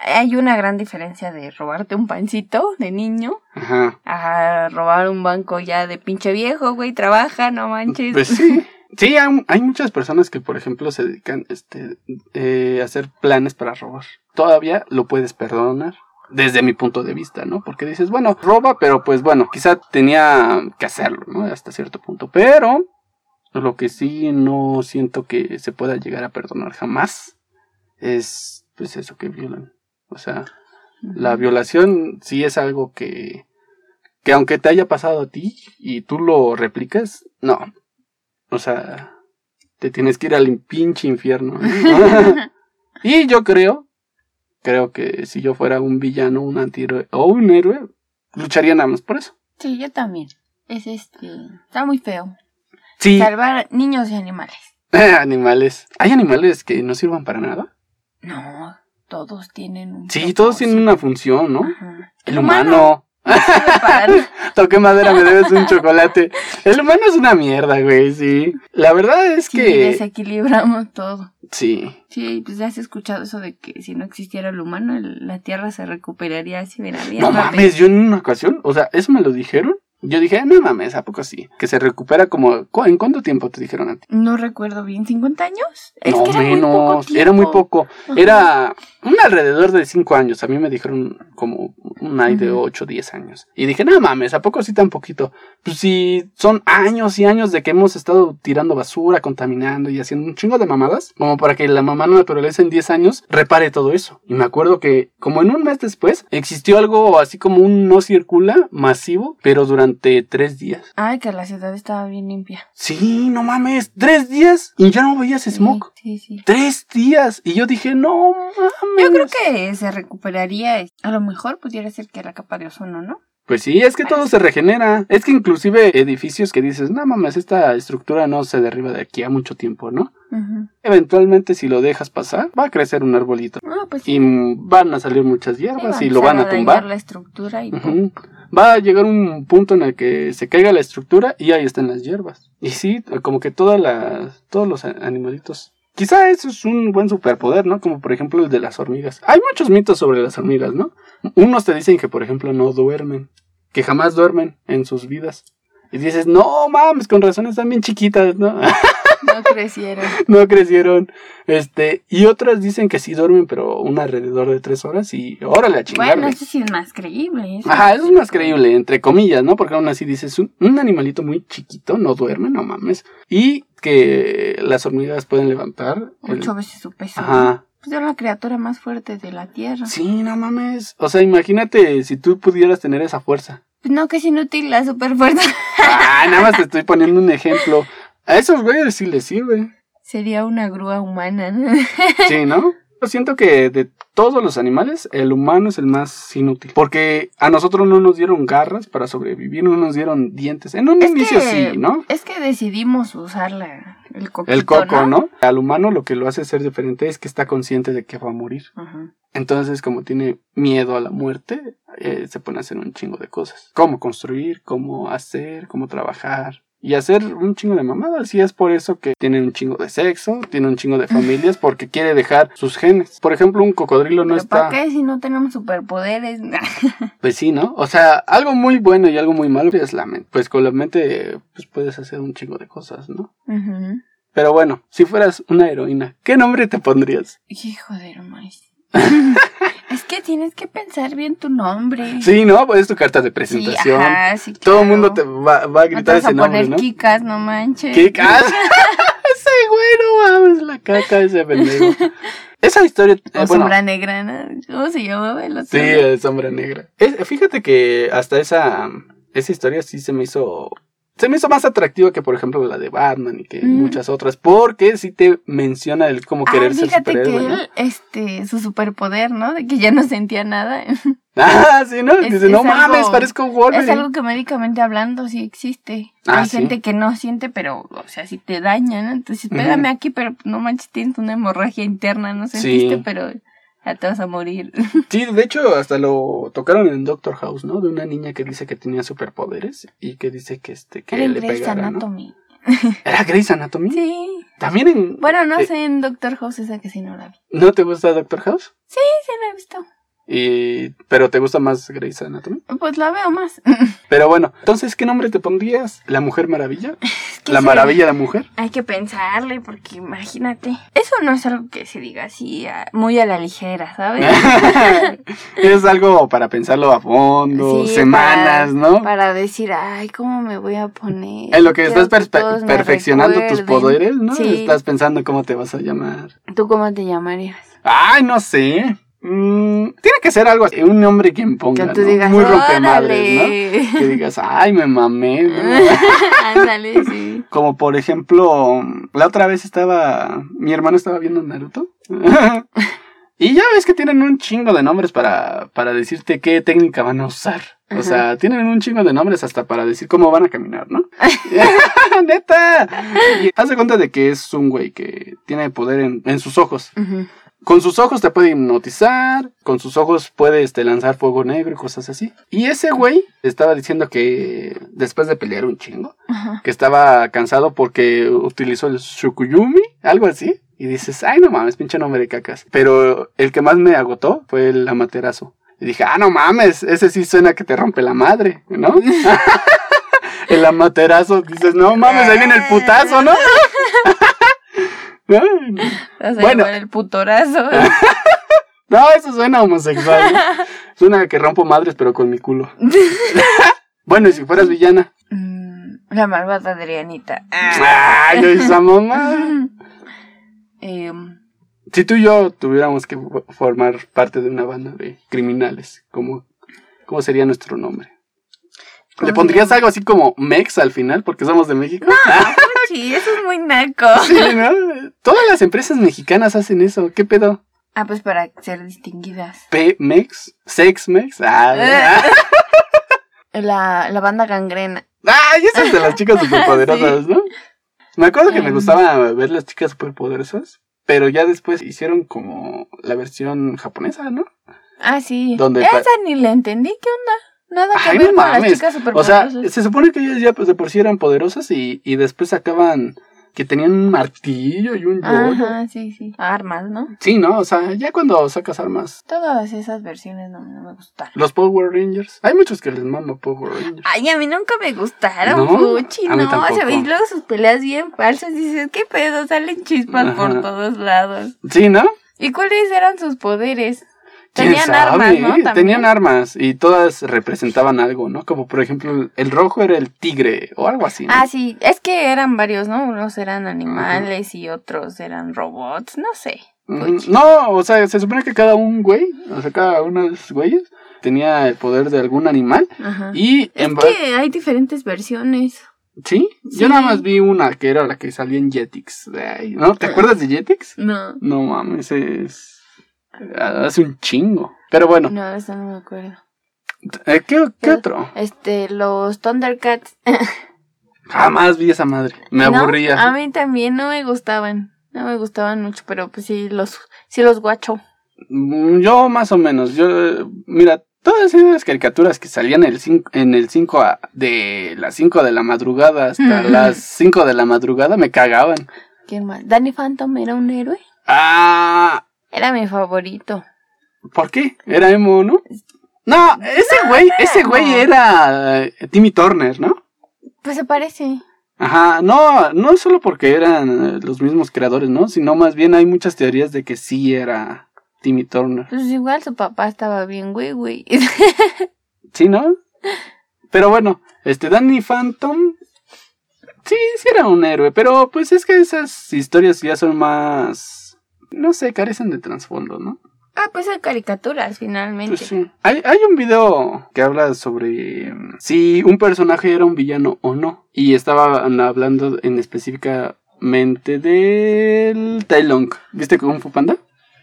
S2: hay una gran diferencia de robarte un pancito de niño
S1: Ajá.
S2: a robar un banco ya de pinche viejo, güey, trabaja, no manches.
S1: Pues sí. Sí, hay, hay muchas personas que, por ejemplo, se dedican este, eh, a hacer planes para robar. Todavía lo puedes perdonar, desde mi punto de vista, ¿no? Porque dices, bueno, roba, pero pues bueno, quizá tenía que hacerlo, ¿no? Hasta cierto punto. Pero lo que sí no siento que se pueda llegar a perdonar jamás es, pues, eso que violan. O sea, La violación sí es algo que, que aunque te haya pasado a ti y tú lo replicas, no. O sea, te tienes que ir al pinche infierno. ¿no? y yo creo, creo que si yo fuera un villano, un antihéroe o un héroe, lucharía nada más por eso.
S2: Sí, yo también. Es este. Está muy feo.
S1: Sí,
S2: Salvar niños y animales.
S1: animales. ¿Hay animales que no sirvan para nada?
S2: No, todos tienen un.
S1: Sí, todos tienen una función, ¿no?
S2: Ajá.
S1: El humano.
S2: sirve para nada.
S1: Toqué madera, me debes un chocolate. El humano es una mierda, güey, sí. La verdad es
S2: Sí,
S1: que...
S2: desequilibramos todo.
S1: Sí.
S2: Sí, pues has escuchado eso de que si no existiera el humano, el- la Tierra se recuperaría así, verá bien
S1: No
S2: rápido.
S1: mames, yo en una ocasión, o sea, eso me lo dijeron. Yo dije, no mames, ¿a poco sí? Que se recupera como... ¿cu- ¿En cuánto tiempo te dijeron a ti?
S2: No recuerdo bien, ¿50 años?
S1: no menos, era muy poco.
S2: Ajá.
S1: Era un alrededor de 5 años. A mí me dijeron como un ay de
S2: Ujú.
S1: 8 10 años. Y dije, no mames, ¿a poco sí tan poquito? Pues sí, son años y años de que hemos estado tirando basura, contaminando y haciendo un chingo de mamadas. Como para que la mamá naturaleza en 10 años repare todo eso. Y me acuerdo que como en un mes después existió algo así como un no circula masivo, pero durante 3 días.
S2: Ay, que la ciudad estaba bien limpia.
S1: Sí, no mames, 3 días y ya no veías smoke.
S2: Sí, sí. sí.
S1: Tres días. Y yo dije, no mames.
S2: Yo creo que se recuperaría. A lo mejor pudiera ser que la capa de ozono, ¿no?
S1: Pues sí, es que todo se regenera. Es que inclusive edificios que dices, no mames, esta estructura no se derriba de aquí a mucho tiempo, ¿no?
S2: Ujú.
S1: Eventualmente si lo dejas pasar, va a crecer un arbolito.
S2: Ah, pues sí.
S1: Y mm, van a salir muchas hierbas
S2: Sí,
S1: y lo van a
S2: dañar
S1: tumbar.
S2: la estructura y todo.
S1: Ujú. Va a llegar un punto en el que se caiga la estructura y ahí están las hierbas. Y sí, como que todas las, todos los a- animalitos. Quizá eso es un buen superpoder, ¿no? Como por ejemplo el de las hormigas. Hay muchos mitos sobre las hormigas, ¿no? Unos te dicen que por ejemplo no duermen, que jamás duermen en sus vidas. Y dices, no mames, con razón están bien chiquitas, ¿no?
S2: No crecieron.
S1: no crecieron. Este, y otras dicen que sí duermen, pero un alrededor de tres horas y órale a chingarle.
S2: bueno, eso sí es más creíble. eso.
S1: Ajá, eso es más creíble, entre comillas, ¿no? Porque aún así dices, un, un animalito muy chiquito no duerme, no mames. Y que las hormigas pueden levantar. el-
S2: Ocho veces su peso.
S1: Ajá.
S2: Pues era la criatura más fuerte de la Tierra.
S1: Sí, no mames. O sea, imagínate si tú pudieras tener esa fuerza.
S2: Pues no, que es inútil la superfuerza.
S1: Ah, nada más te estoy poniendo un ejemplo. A esos güeyes sí les sirve.
S2: Sería una grúa humana. ¿no?
S1: Sí, ¿no? Yo siento que de todos los animales, el humano es el más inútil. Porque a nosotros no nos dieron garras para sobrevivir, no nos dieron dientes. En un
S2: Es
S1: inicio
S2: que-
S1: sí, ¿no?
S2: Es que decidimos usar la, el coquito,
S1: El coco, ¿no? Al humano lo que lo hace ser diferente es que está consciente de que va a morir.
S2: Ajá.
S1: Entonces, como tiene miedo a la muerte, eh, se pone a hacer un chingo de cosas. Cómo construir, cómo hacer, cómo trabajar. Y hacer un chingo de mamadas. Y es por eso que tiene un chingo de sexo, tiene un chingo de familias, porque quiere dejar sus genes. Por ejemplo, un cocodrilo no
S2: ¿Pero para
S1: está...
S2: qué si no tenemos superpoderes?
S1: Pues sí, ¿no? O sea, algo muy bueno y algo muy malo es la mente. Pues con la mente eh, pues puedes hacer un chingo de cosas, ¿no?
S2: Ujú.
S1: Pero bueno, si fueras una heroína, ¿qué nombre te pondrías?
S2: Hijo de hermanos. es que tienes que pensar bien tu nombre.
S1: Sí, ¿no? Pues es tu carta de
S2: Sí,
S1: presentación.
S2: ajá, sí,
S1: Todo el
S2: claro.
S1: mundo te va, va a
S2: No
S1: gritar
S2: te vas a
S1: ese nombre,
S2: poner
S1: ¿no?
S2: Kikas, no manches.
S1: ¿Qué casa? ese güey, no mames, la caca de ese pendejo. Esa historia. eh, bueno,
S2: O sombra negra, ¿no? ¿Cómo se llamaba el otro?
S1: sí, eh, sombra negra. Es- fíjate que hasta esa, esa historia sí se me hizo. Se me hizo más atractiva que, por ejemplo, la de Batman y que
S2: Mm.
S1: muchas otras. Porque sí te menciona el cómo
S2: Ah,
S1: querer ser
S2: fíjate que
S1: superhéroe, ¿no?
S2: él, este, su superpoder, ¿no? De que ya no sentía nada.
S1: Ah, sí, ¿no?
S2: Es-
S1: Dice,
S2: es
S1: no
S2: algo-
S1: mames, parezco Wolverine.
S2: Es algo que médicamente hablando sí existe.
S1: Ah,
S2: Hay
S1: ¿sí?
S2: gente que no siente, pero, o sea, si te dañan, ¿no? Entonces, pégame
S1: Ujú.
S2: aquí, pero no manches, tienes una hemorragia interna, no sentiste,
S1: Sí.
S2: pero ya te vas a morir.
S1: Sí, de hecho, hasta lo tocaron en Doctor House, ¿no? De una niña que dice que tenía superpoderes y que dice que este que
S2: Era en
S1: le
S2: Grey's
S1: pegara, ¿no?
S2: Anatomy.
S1: ¿Era Grey's Anatomy?
S2: Sí.
S1: También en...
S2: Bueno, no
S1: eh,
S2: sé, en Doctor House esa que sí no la vi.
S1: ¿No te gusta Doctor House?
S2: Sí, sí la he visto.
S1: Y... Pero te gusta más Grey's Anatomy.
S2: Pues la veo más.
S1: Pero bueno, entonces, ¿qué nombre te pondrías? ¿La Mujer Maravilla?
S2: Es que
S1: ¿La
S2: sí,
S1: Maravilla de la Mujer?
S2: Hay que pensarle, porque imagínate. Eso no es algo que se diga así, a- muy a la ligera, ¿sabes?
S1: es algo para pensarlo a fondo,
S2: Sí,
S1: semanas,
S2: para-
S1: ¿no?
S2: Para decir, ay, ¿cómo me voy a poner?
S1: En lo que
S2: Quiero
S1: estás perspe-
S2: todos me
S1: perfeccionando tus
S2: recuerden".
S1: poderes, ¿no?
S2: Sí.
S1: Estás pensando cómo te vas a llamar.
S2: ¿Tú cómo te llamarías?
S1: Ay, no sé. Mm, tiene que ser algo así. Un hombre quien
S2: Que
S1: ponga.
S2: tú
S1: ¿no?
S2: digas,
S1: Muy rompemadres,
S2: órale.
S1: ¿no? Que digas, ay, me mamé. ¿no?
S2: Ándale, sí.
S1: Como por ejemplo, la otra vez estaba. Mi hermano estaba viendo Naruto. Y ya ves que tienen un chingo de nombres para, para decirte qué técnica van a usar. O
S2: Ajá.
S1: sea, tienen un chingo de nombres hasta para decir cómo van a caminar, ¿no? ¡Neta! Y haz de cuenta de que es un güey que tiene poder en, en sus ojos.
S2: Ujú.
S1: Con sus ojos te puede hipnotizar, con sus ojos puede este, lanzar fuego negro y cosas así. Y ese güey estaba diciendo que después de pelear un chingo,
S2: Ajá.
S1: que estaba cansado porque utilizó el Shukuyumi, algo así. Y dices, ay, no mames, pinche nombre de cacas. Pero el que más me agotó fue el amaterasu. Y dije, ah, no mames, ese sí suena que te rompe la madre, ¿no? el amaterasu, dices, no mames, ahí viene el putazo, ¿no? ¿No?
S2: Vas a
S1: Bueno. Ah.
S2: llevar el putorazo.
S1: No, eso suena homosexual. ¿no? Suena que rompo madres, pero con mi culo. bueno, y si fueras villana.
S2: Mm, La malvada Adrianita. Ah.
S1: Ay, esa mamá.
S2: Em,
S1: Si tú y yo tuviéramos que fo- formar parte de una banda de criminales, ¿cómo, cómo sería nuestro nombre? ¿Le
S2: ¿Cómo
S1: pondrías algo así como Mex al final? Porque somos de México.
S2: Puchi, Ah, pues eso es muy naco.
S1: Sí, ¿no? Todas las empresas mexicanas hacen eso. ¿Qué pedo?
S2: Ah, pues para ser distinguidas.
S1: ¿P-Mex? ¿Sex-Mex? Ah, ¿verdad?
S2: La, la banda gangrena.
S1: Ay, Ah, esas de las chicas superpoderosas, ¿no? Me acuerdo que me
S2: Mm.
S1: gustaba ver las chicas superpoderosas, pero ya después hicieron como la versión japonesa, ¿no?
S2: Ah, sí.
S1: ¿Dónde
S2: Esa
S1: está?
S2: ni la entendí. ¿Qué onda? Nada que
S1: Ay,
S2: ver
S1: no
S2: con las
S1: mames.
S2: chicas
S1: O sea,
S2: superpoderosas.
S1: se supone que ellas ya pues, de por sí eran poderosas y, y después sacaban que tenían un martillo y un yoyo.
S2: Ajá, sí, sí. Armas, ¿no?
S1: Sí, ¿no? O sea, ya cuando sacas armas.
S2: Todas esas versiones no, no me gustaron.
S1: Los Power Rangers. Hay muchos que les mama Power Rangers.
S2: Ay, a mí nunca me gustaron,
S1: ¿No?
S2: Puchi,
S1: A mí
S2: no,
S1: tampoco.
S2: sabéis luego sus peleas bien falsas, dices, ¿qué pedo? Salen chispas
S1: Ajá.
S2: por todos lados.
S1: Sí, ¿no?
S2: ¿Y cuáles eran sus poderes?
S1: ¿Quién
S2: Tenían
S1: sabe?
S2: armas, ¿no? También.
S1: Tenían armas y todas representaban algo, ¿no? Como por ejemplo, el rojo era el tigre o algo así. ¿no?
S2: Ah, sí, es que eran varios, ¿no? Unos eran animales y otros eran robots, no sé.
S1: Mm, No, o sea, se supone que cada un güey, o sea, cada uno de esos güeyes tenía el poder de algún animal
S2: Ajá.
S1: mm. y
S2: Es
S1: en va-
S2: que hay diferentes versiones.
S1: ¿Sí? yo
S2: Sí.
S1: nada más vi una que era la que salía en Jetix. Ay, ¿No?
S2: Ah.
S1: ¿Te acuerdas de Jetix?
S2: No,
S1: No mames, es hace un chingo. Pero bueno,
S2: no, eso no me acuerdo.
S1: eh, ¿qué, qué otro?
S2: Este, los Thundercats.
S1: Jamás vi esa madre. Me
S2: ¿No?
S1: aburría.
S2: A mí también no me gustaban. No me gustaban mucho, pero pues sí los, sí los guacho.
S1: Mm, Yo más o menos, yo eh, mira, todas esas caricaturas que salían el cin- en el 5 a- de las 5 de la madrugada hasta
S2: Mm.
S1: las 5 de la madrugada me cagaban.
S2: ¿Quién más? Danny Phantom era un héroe.
S1: Ah,
S2: Era mi favorito.
S1: ¿por qué? Era emo, ¿no? No, ese güey, ese güey
S2: emo.
S1: era eh, Timmy Turner, ¿no?
S2: Pues se parece.
S1: Ajá, no, no solo porque eran eh, los mismos creadores, ¿no? Sino más bien hay muchas teorías de que sí era Timmy Turner.
S2: Pues igual su papá estaba bien, güey, güey.
S1: Sí, ¿no? Pero bueno, este Danny Phantom. Sí, sí era un héroe, pero pues es que esas historias ya son más. No sé, carecen de trasfondo, ¿no?
S2: ah, pues son caricaturas finalmente.
S1: Pues sí. Hay, hay un video que habla sobre mm, si un personaje era un villano o no. Y estaban hablando en específicamente del Tailong. ¿Viste Kung Fu Panda?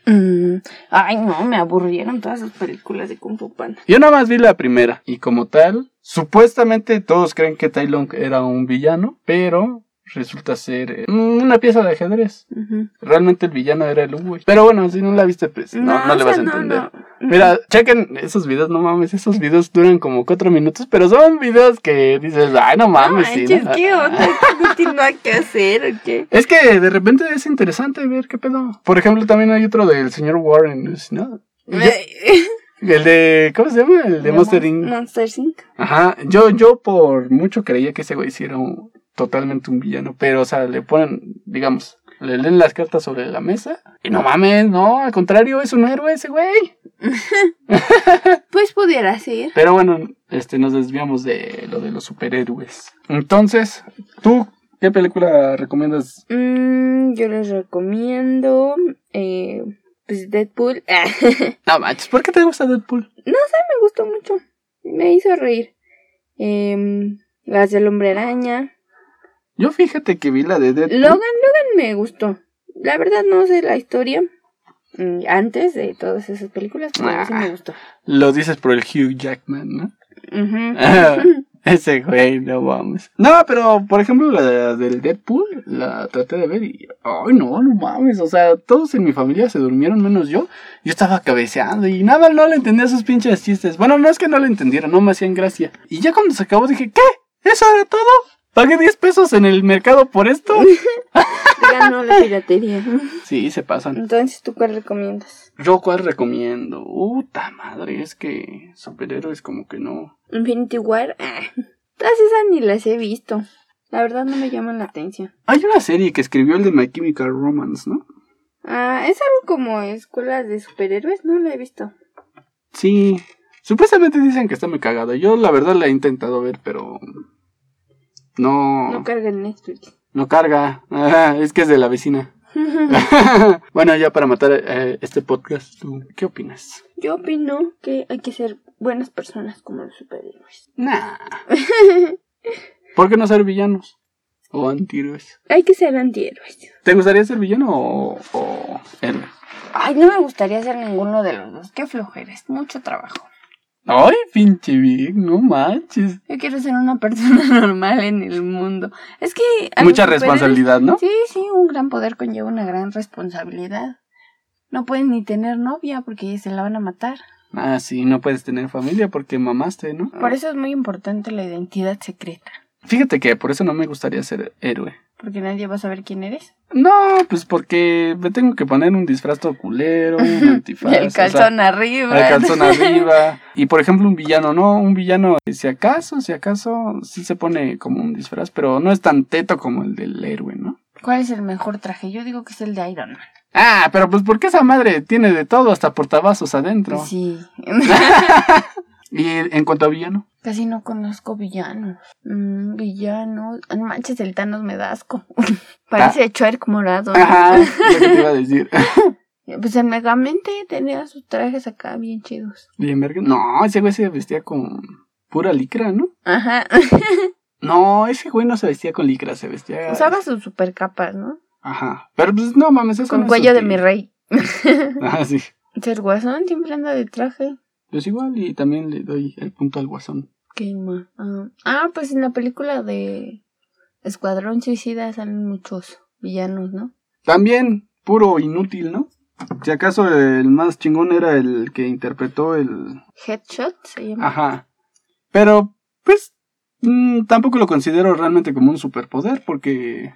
S2: Mm, Ay, no, me aburrieron todas esas películas de Kung Fu Panda.
S1: Yo nada más vi la primera y como tal, supuestamente todos creen que Tai Lung era un villano, pero resulta ser eh, una pieza de ajedrez.
S2: Ujú.
S1: Realmente el villano era el Uwe. Pero bueno, si no la viste, pues no, no, le
S2: o sea,
S1: vas a entender.
S2: no.
S1: Mira, chequen esos videos, no mames, esos videos duran como cuatro minutos, pero son videos que dices, ay, no
S2: No
S1: mames. sí,
S2: manches,
S1: ¿no?
S2: ¿qué onda? ¿No tiene nada que hacer o qué?
S1: Es que de repente es interesante ver qué pedo. Por ejemplo, también hay otro del señor Warren, ¿no? El de, ¿cómo se llama? El de Monster Inc.
S2: Monster Inc.
S1: Ajá, yo, yo por mucho creía que ese güey sí era un- totalmente un villano, pero o sea, le ponen, digamos, le leen las cartas sobre la mesa y no mames, no, al contrario, es un héroe ese güey.
S2: Pues pudiera ser.
S1: Pero bueno, este, nos desviamos de lo de los superhéroes. Entonces, ¿tú qué película recomiendas?
S2: Mm, yo les recomiendo. eh, pues Deadpool. Ah,
S1: No manches, ¿por qué te gusta Deadpool?
S2: me gustó mucho. Me hizo reír. Em, las del Hombre Araña.
S1: Yo fíjate que vi la de Deadpool.
S2: Logan, Logan me gustó. La verdad no sé la historia. mm, antes de todas esas películas, pero
S1: Ah.
S2: sí me gustó.
S1: Lo dices por el Hugh Jackman, ¿no?
S2: Ujú.
S1: Ah. Ese güey, no mames. No, pero por ejemplo, la de- del Deadpool, la traté de ver y. Ay, no, no mames. O sea, todos en mi familia se durmieron menos yo. Yo estaba cabeceando y nada, no le entendía sus pinches chistes. Bueno, no es que no le entendiera, no me hacían gracia. Y ya cuando se acabó dije, ¿qué? ¿Eso era todo? ¿Pagué 10 pesos en el mercado por esto?
S2: Ganó la piratería.
S1: Sí, se pasan.
S2: Entonces, ¿tú cuál recomiendas?
S1: ¿Yo cuál recomiendo? Puta madre, es que superhéroes como que no.
S2: Infinity War. Ah, todas esas ni las he visto. La verdad no me llaman la atención.
S1: Hay una serie que escribió el de My Chemical Romance, ¿no?
S2: Ah, es algo como escuelas de superhéroes, no la he visto.
S1: Sí. Supuestamente dicen que está muy cagada. Yo la verdad la he intentado ver, pero no
S2: No carga en Netflix.
S1: no carga. Ah, es que es de la vecina. bueno, ya para matar eh, este podcast, ¿tú qué opinas?
S2: Yo opino que hay que ser buenas personas como los superhéroes.
S1: Nah. ¿Por qué no ser villanos o antihéroes?
S2: Hay que ser antihéroes.
S1: ¿Te gustaría ser villano o, o héroe?
S2: Ay, no me gustaría ser ninguno de los dos. Qué flojera, es mucho trabajo.
S1: Ay, pinche bien, no manches.
S2: Yo quiero ser una persona normal en el mundo. Es que... a los
S1: Mucha
S2: superhéroes-
S1: responsabilidad, ¿no?
S2: Sí, sí, un gran poder conlleva una gran responsabilidad. No pueden ni tener novia porque se la van a matar.
S1: Ah, sí, no puedes tener familia porque mamaste, ¿no?
S2: Por eso es muy importante la identidad secreta.
S1: Fíjate que por eso no me gustaría ser héroe.
S2: Porque nadie va a saber quién eres.
S1: No, pues porque me tengo que poner un disfraz todo culero, un antifaz.
S2: el
S1: o sea,
S2: calzón arriba.
S1: el calzón arriba. Y por ejemplo, un villano, no, un villano, eh, si acaso, si acaso, sí se pone como un disfraz, pero no es tan teto como el del héroe, ¿no?
S2: ¿Cuál es el mejor traje? Yo digo que es el de Iron Man.
S1: Ah, pero pues porque esa madre tiene de todo, hasta portavasos adentro.
S2: Sí.
S1: Y en cuanto a villano,
S2: Casi no conozco villanos. Mm, villanos. No manches, el Thanos me da asco. Parece Chuerk morado. ¿no?
S1: ajá, lo que te iba a decir.
S2: Pues en Megamente tenía sus trajes acá bien chidos.
S1: Bien verga. No, ese güey se vestía con pura licra, ¿no?
S2: Ajá.
S1: No, ese güey no se vestía con licra, se vestía.
S2: Usaba sus super capas, ¿no?
S1: Ajá. Pero pues no mames, eso no
S2: Con
S1: es
S2: cuello de
S1: útil.
S2: mi rey.
S1: Ah, sí.
S2: El guasón siempre anda de traje.
S1: Pues igual y también le doy el punto al guasón.
S2: ¿Qué más? Ah, ah, pues en la película de Escuadrón Suicida salen muchos villanos, ¿no?
S1: También puro inútil, ¿no? Si acaso el más chingón era el que interpretó el...
S2: Headshot se llama.
S1: Ajá. Pero, pues, mm, tampoco lo considero realmente como un superpoder porque...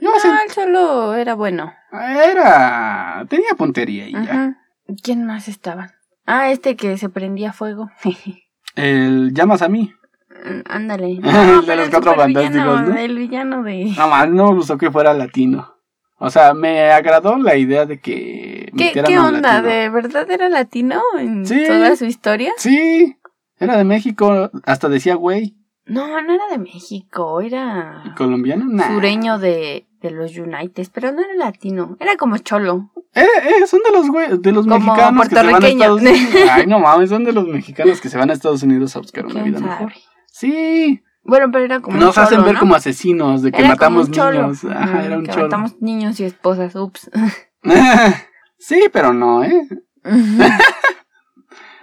S1: No,
S2: No,
S1: sí.
S2: Ah, él solo era bueno.
S1: Era... Tenía puntería y ya.
S2: Ajá. ¿Quién más estaba? Ah, este que se prendía fuego.
S1: El llamas a mí.
S2: Ándale.
S1: El de
S2: pero
S1: los
S2: el
S1: cuatro
S2: supervillano,
S1: fantásticos, ¿no? Ah,
S2: El villano de...
S1: No más, no me gustó que fuera latino. O sea, me agradó la idea de que...
S2: ¿Qué,
S1: metieran
S2: qué
S1: a un
S2: onda?
S1: latino.
S2: ¿De verdad era latino en
S1: Sí.
S2: toda su historia?
S1: Sí, era de México, hasta decía güey.
S2: No, no era de México, era
S1: ¿Y colombiano? Nah.
S2: sureño de, de los United, pero no era latino, era como cholo.
S1: Eh, eh, son de los güey, de los
S2: Como
S1: mexicanos que se van a Estados
S2: puertorriqueños.
S1: Unidos. Ay, no mames, son de los mexicanos que se van a Estados Unidos a buscar una
S2: ¿Quién
S1: vida
S2: sabe?
S1: mejor. Sí,
S2: Bueno, pero era como
S1: nos
S2: un
S1: hacen
S2: cholo,
S1: ver
S2: ¿no?
S1: como asesinos de que
S2: Era como
S1: matamos
S2: un cholo.
S1: niños. Ajá,
S2: Mm,
S1: era un
S2: que
S1: cholo.
S2: matamos niños y esposas, ups.
S1: sí, pero no, ¿eh?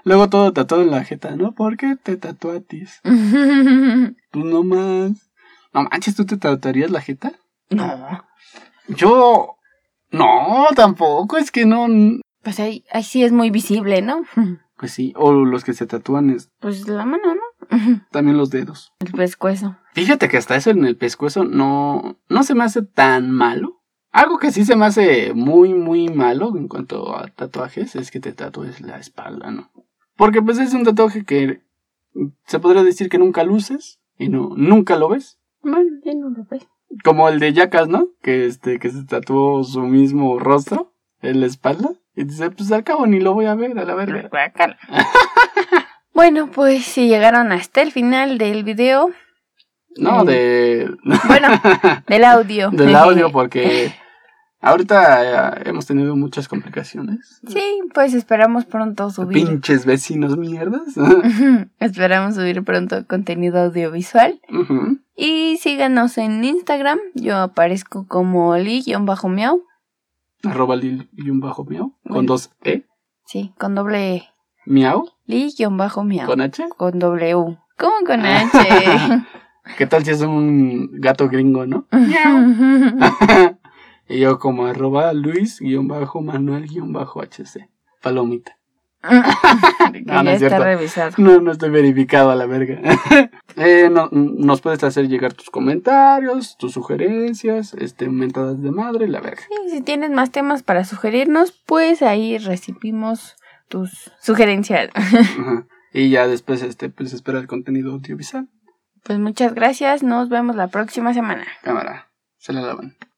S1: Luego todo tatuado en la jeta, ¿no? ¿Por qué te tatuatis? Tú nomás. No manches, ¿tú te tatuarías la jeta?
S2: no,
S1: Yo. No, tampoco, es que no.
S2: pues ahí, ahí sí es muy visible, ¿no?
S1: Pues sí, o los que se tatúan es
S2: Pues la mano, ¿no?
S1: también los dedos.
S2: El pescuezo.
S1: Fíjate que hasta eso en el pescuezo no, no se me hace tan malo. Algo que sí se me hace muy, muy malo en cuanto a tatuajes es que te tatúes la espalda, ¿no? Porque pues es un tatuaje que se podría decir que nunca luces y no, nunca lo ves.
S2: Bueno, ya no lo ves.
S1: Como el de Yacas, ¿no? Que este, que se tatuó su mismo rostro en la espalda. Y dice, pues al cabo ni lo voy a ver, a la verga.
S2: Guácala. bueno, pues si llegaron hasta el final del video,
S1: No, de...
S2: bueno, del audio.
S1: del audio pues. porque ahorita eh, hemos tenido muchas complicaciones.
S2: Sí, pues esperamos pronto subir.
S1: Pinches vecinos mierdas.
S2: esperamos subir pronto contenido audiovisual.
S1: Ujú.
S2: Y síganos en Instagram. Yo aparezco como oli-miau.
S1: arroba Lil y un bajo miau, con dos E,
S2: Sí, con doble E.
S1: miau,
S2: Li-miau.
S1: con H.
S2: Con doble U. ¿Cómo con H?
S1: ¿Qué tal si es un gato gringo, no? Miau. y yo como arroba Luis guión bajo Manuel guión bajo HC. Palomita.
S2: Que
S1: No, no
S2: ya
S1: es
S2: está
S1: cierto.
S2: revisado.
S1: No, no estoy verificado a la verga. Eh, no, mm, nos puedes hacer llegar tus comentarios, tus sugerencias, este, mentadas de madre y la verga.
S2: Sí, si tienes más temas para sugerirnos, pues ahí recibimos tus sugerencias.
S1: Ajá. Y ya después, este, pues espera el contenido audiovisual.
S2: Pues muchas gracias, nos vemos la próxima semana.
S1: Cámara, se la lavan.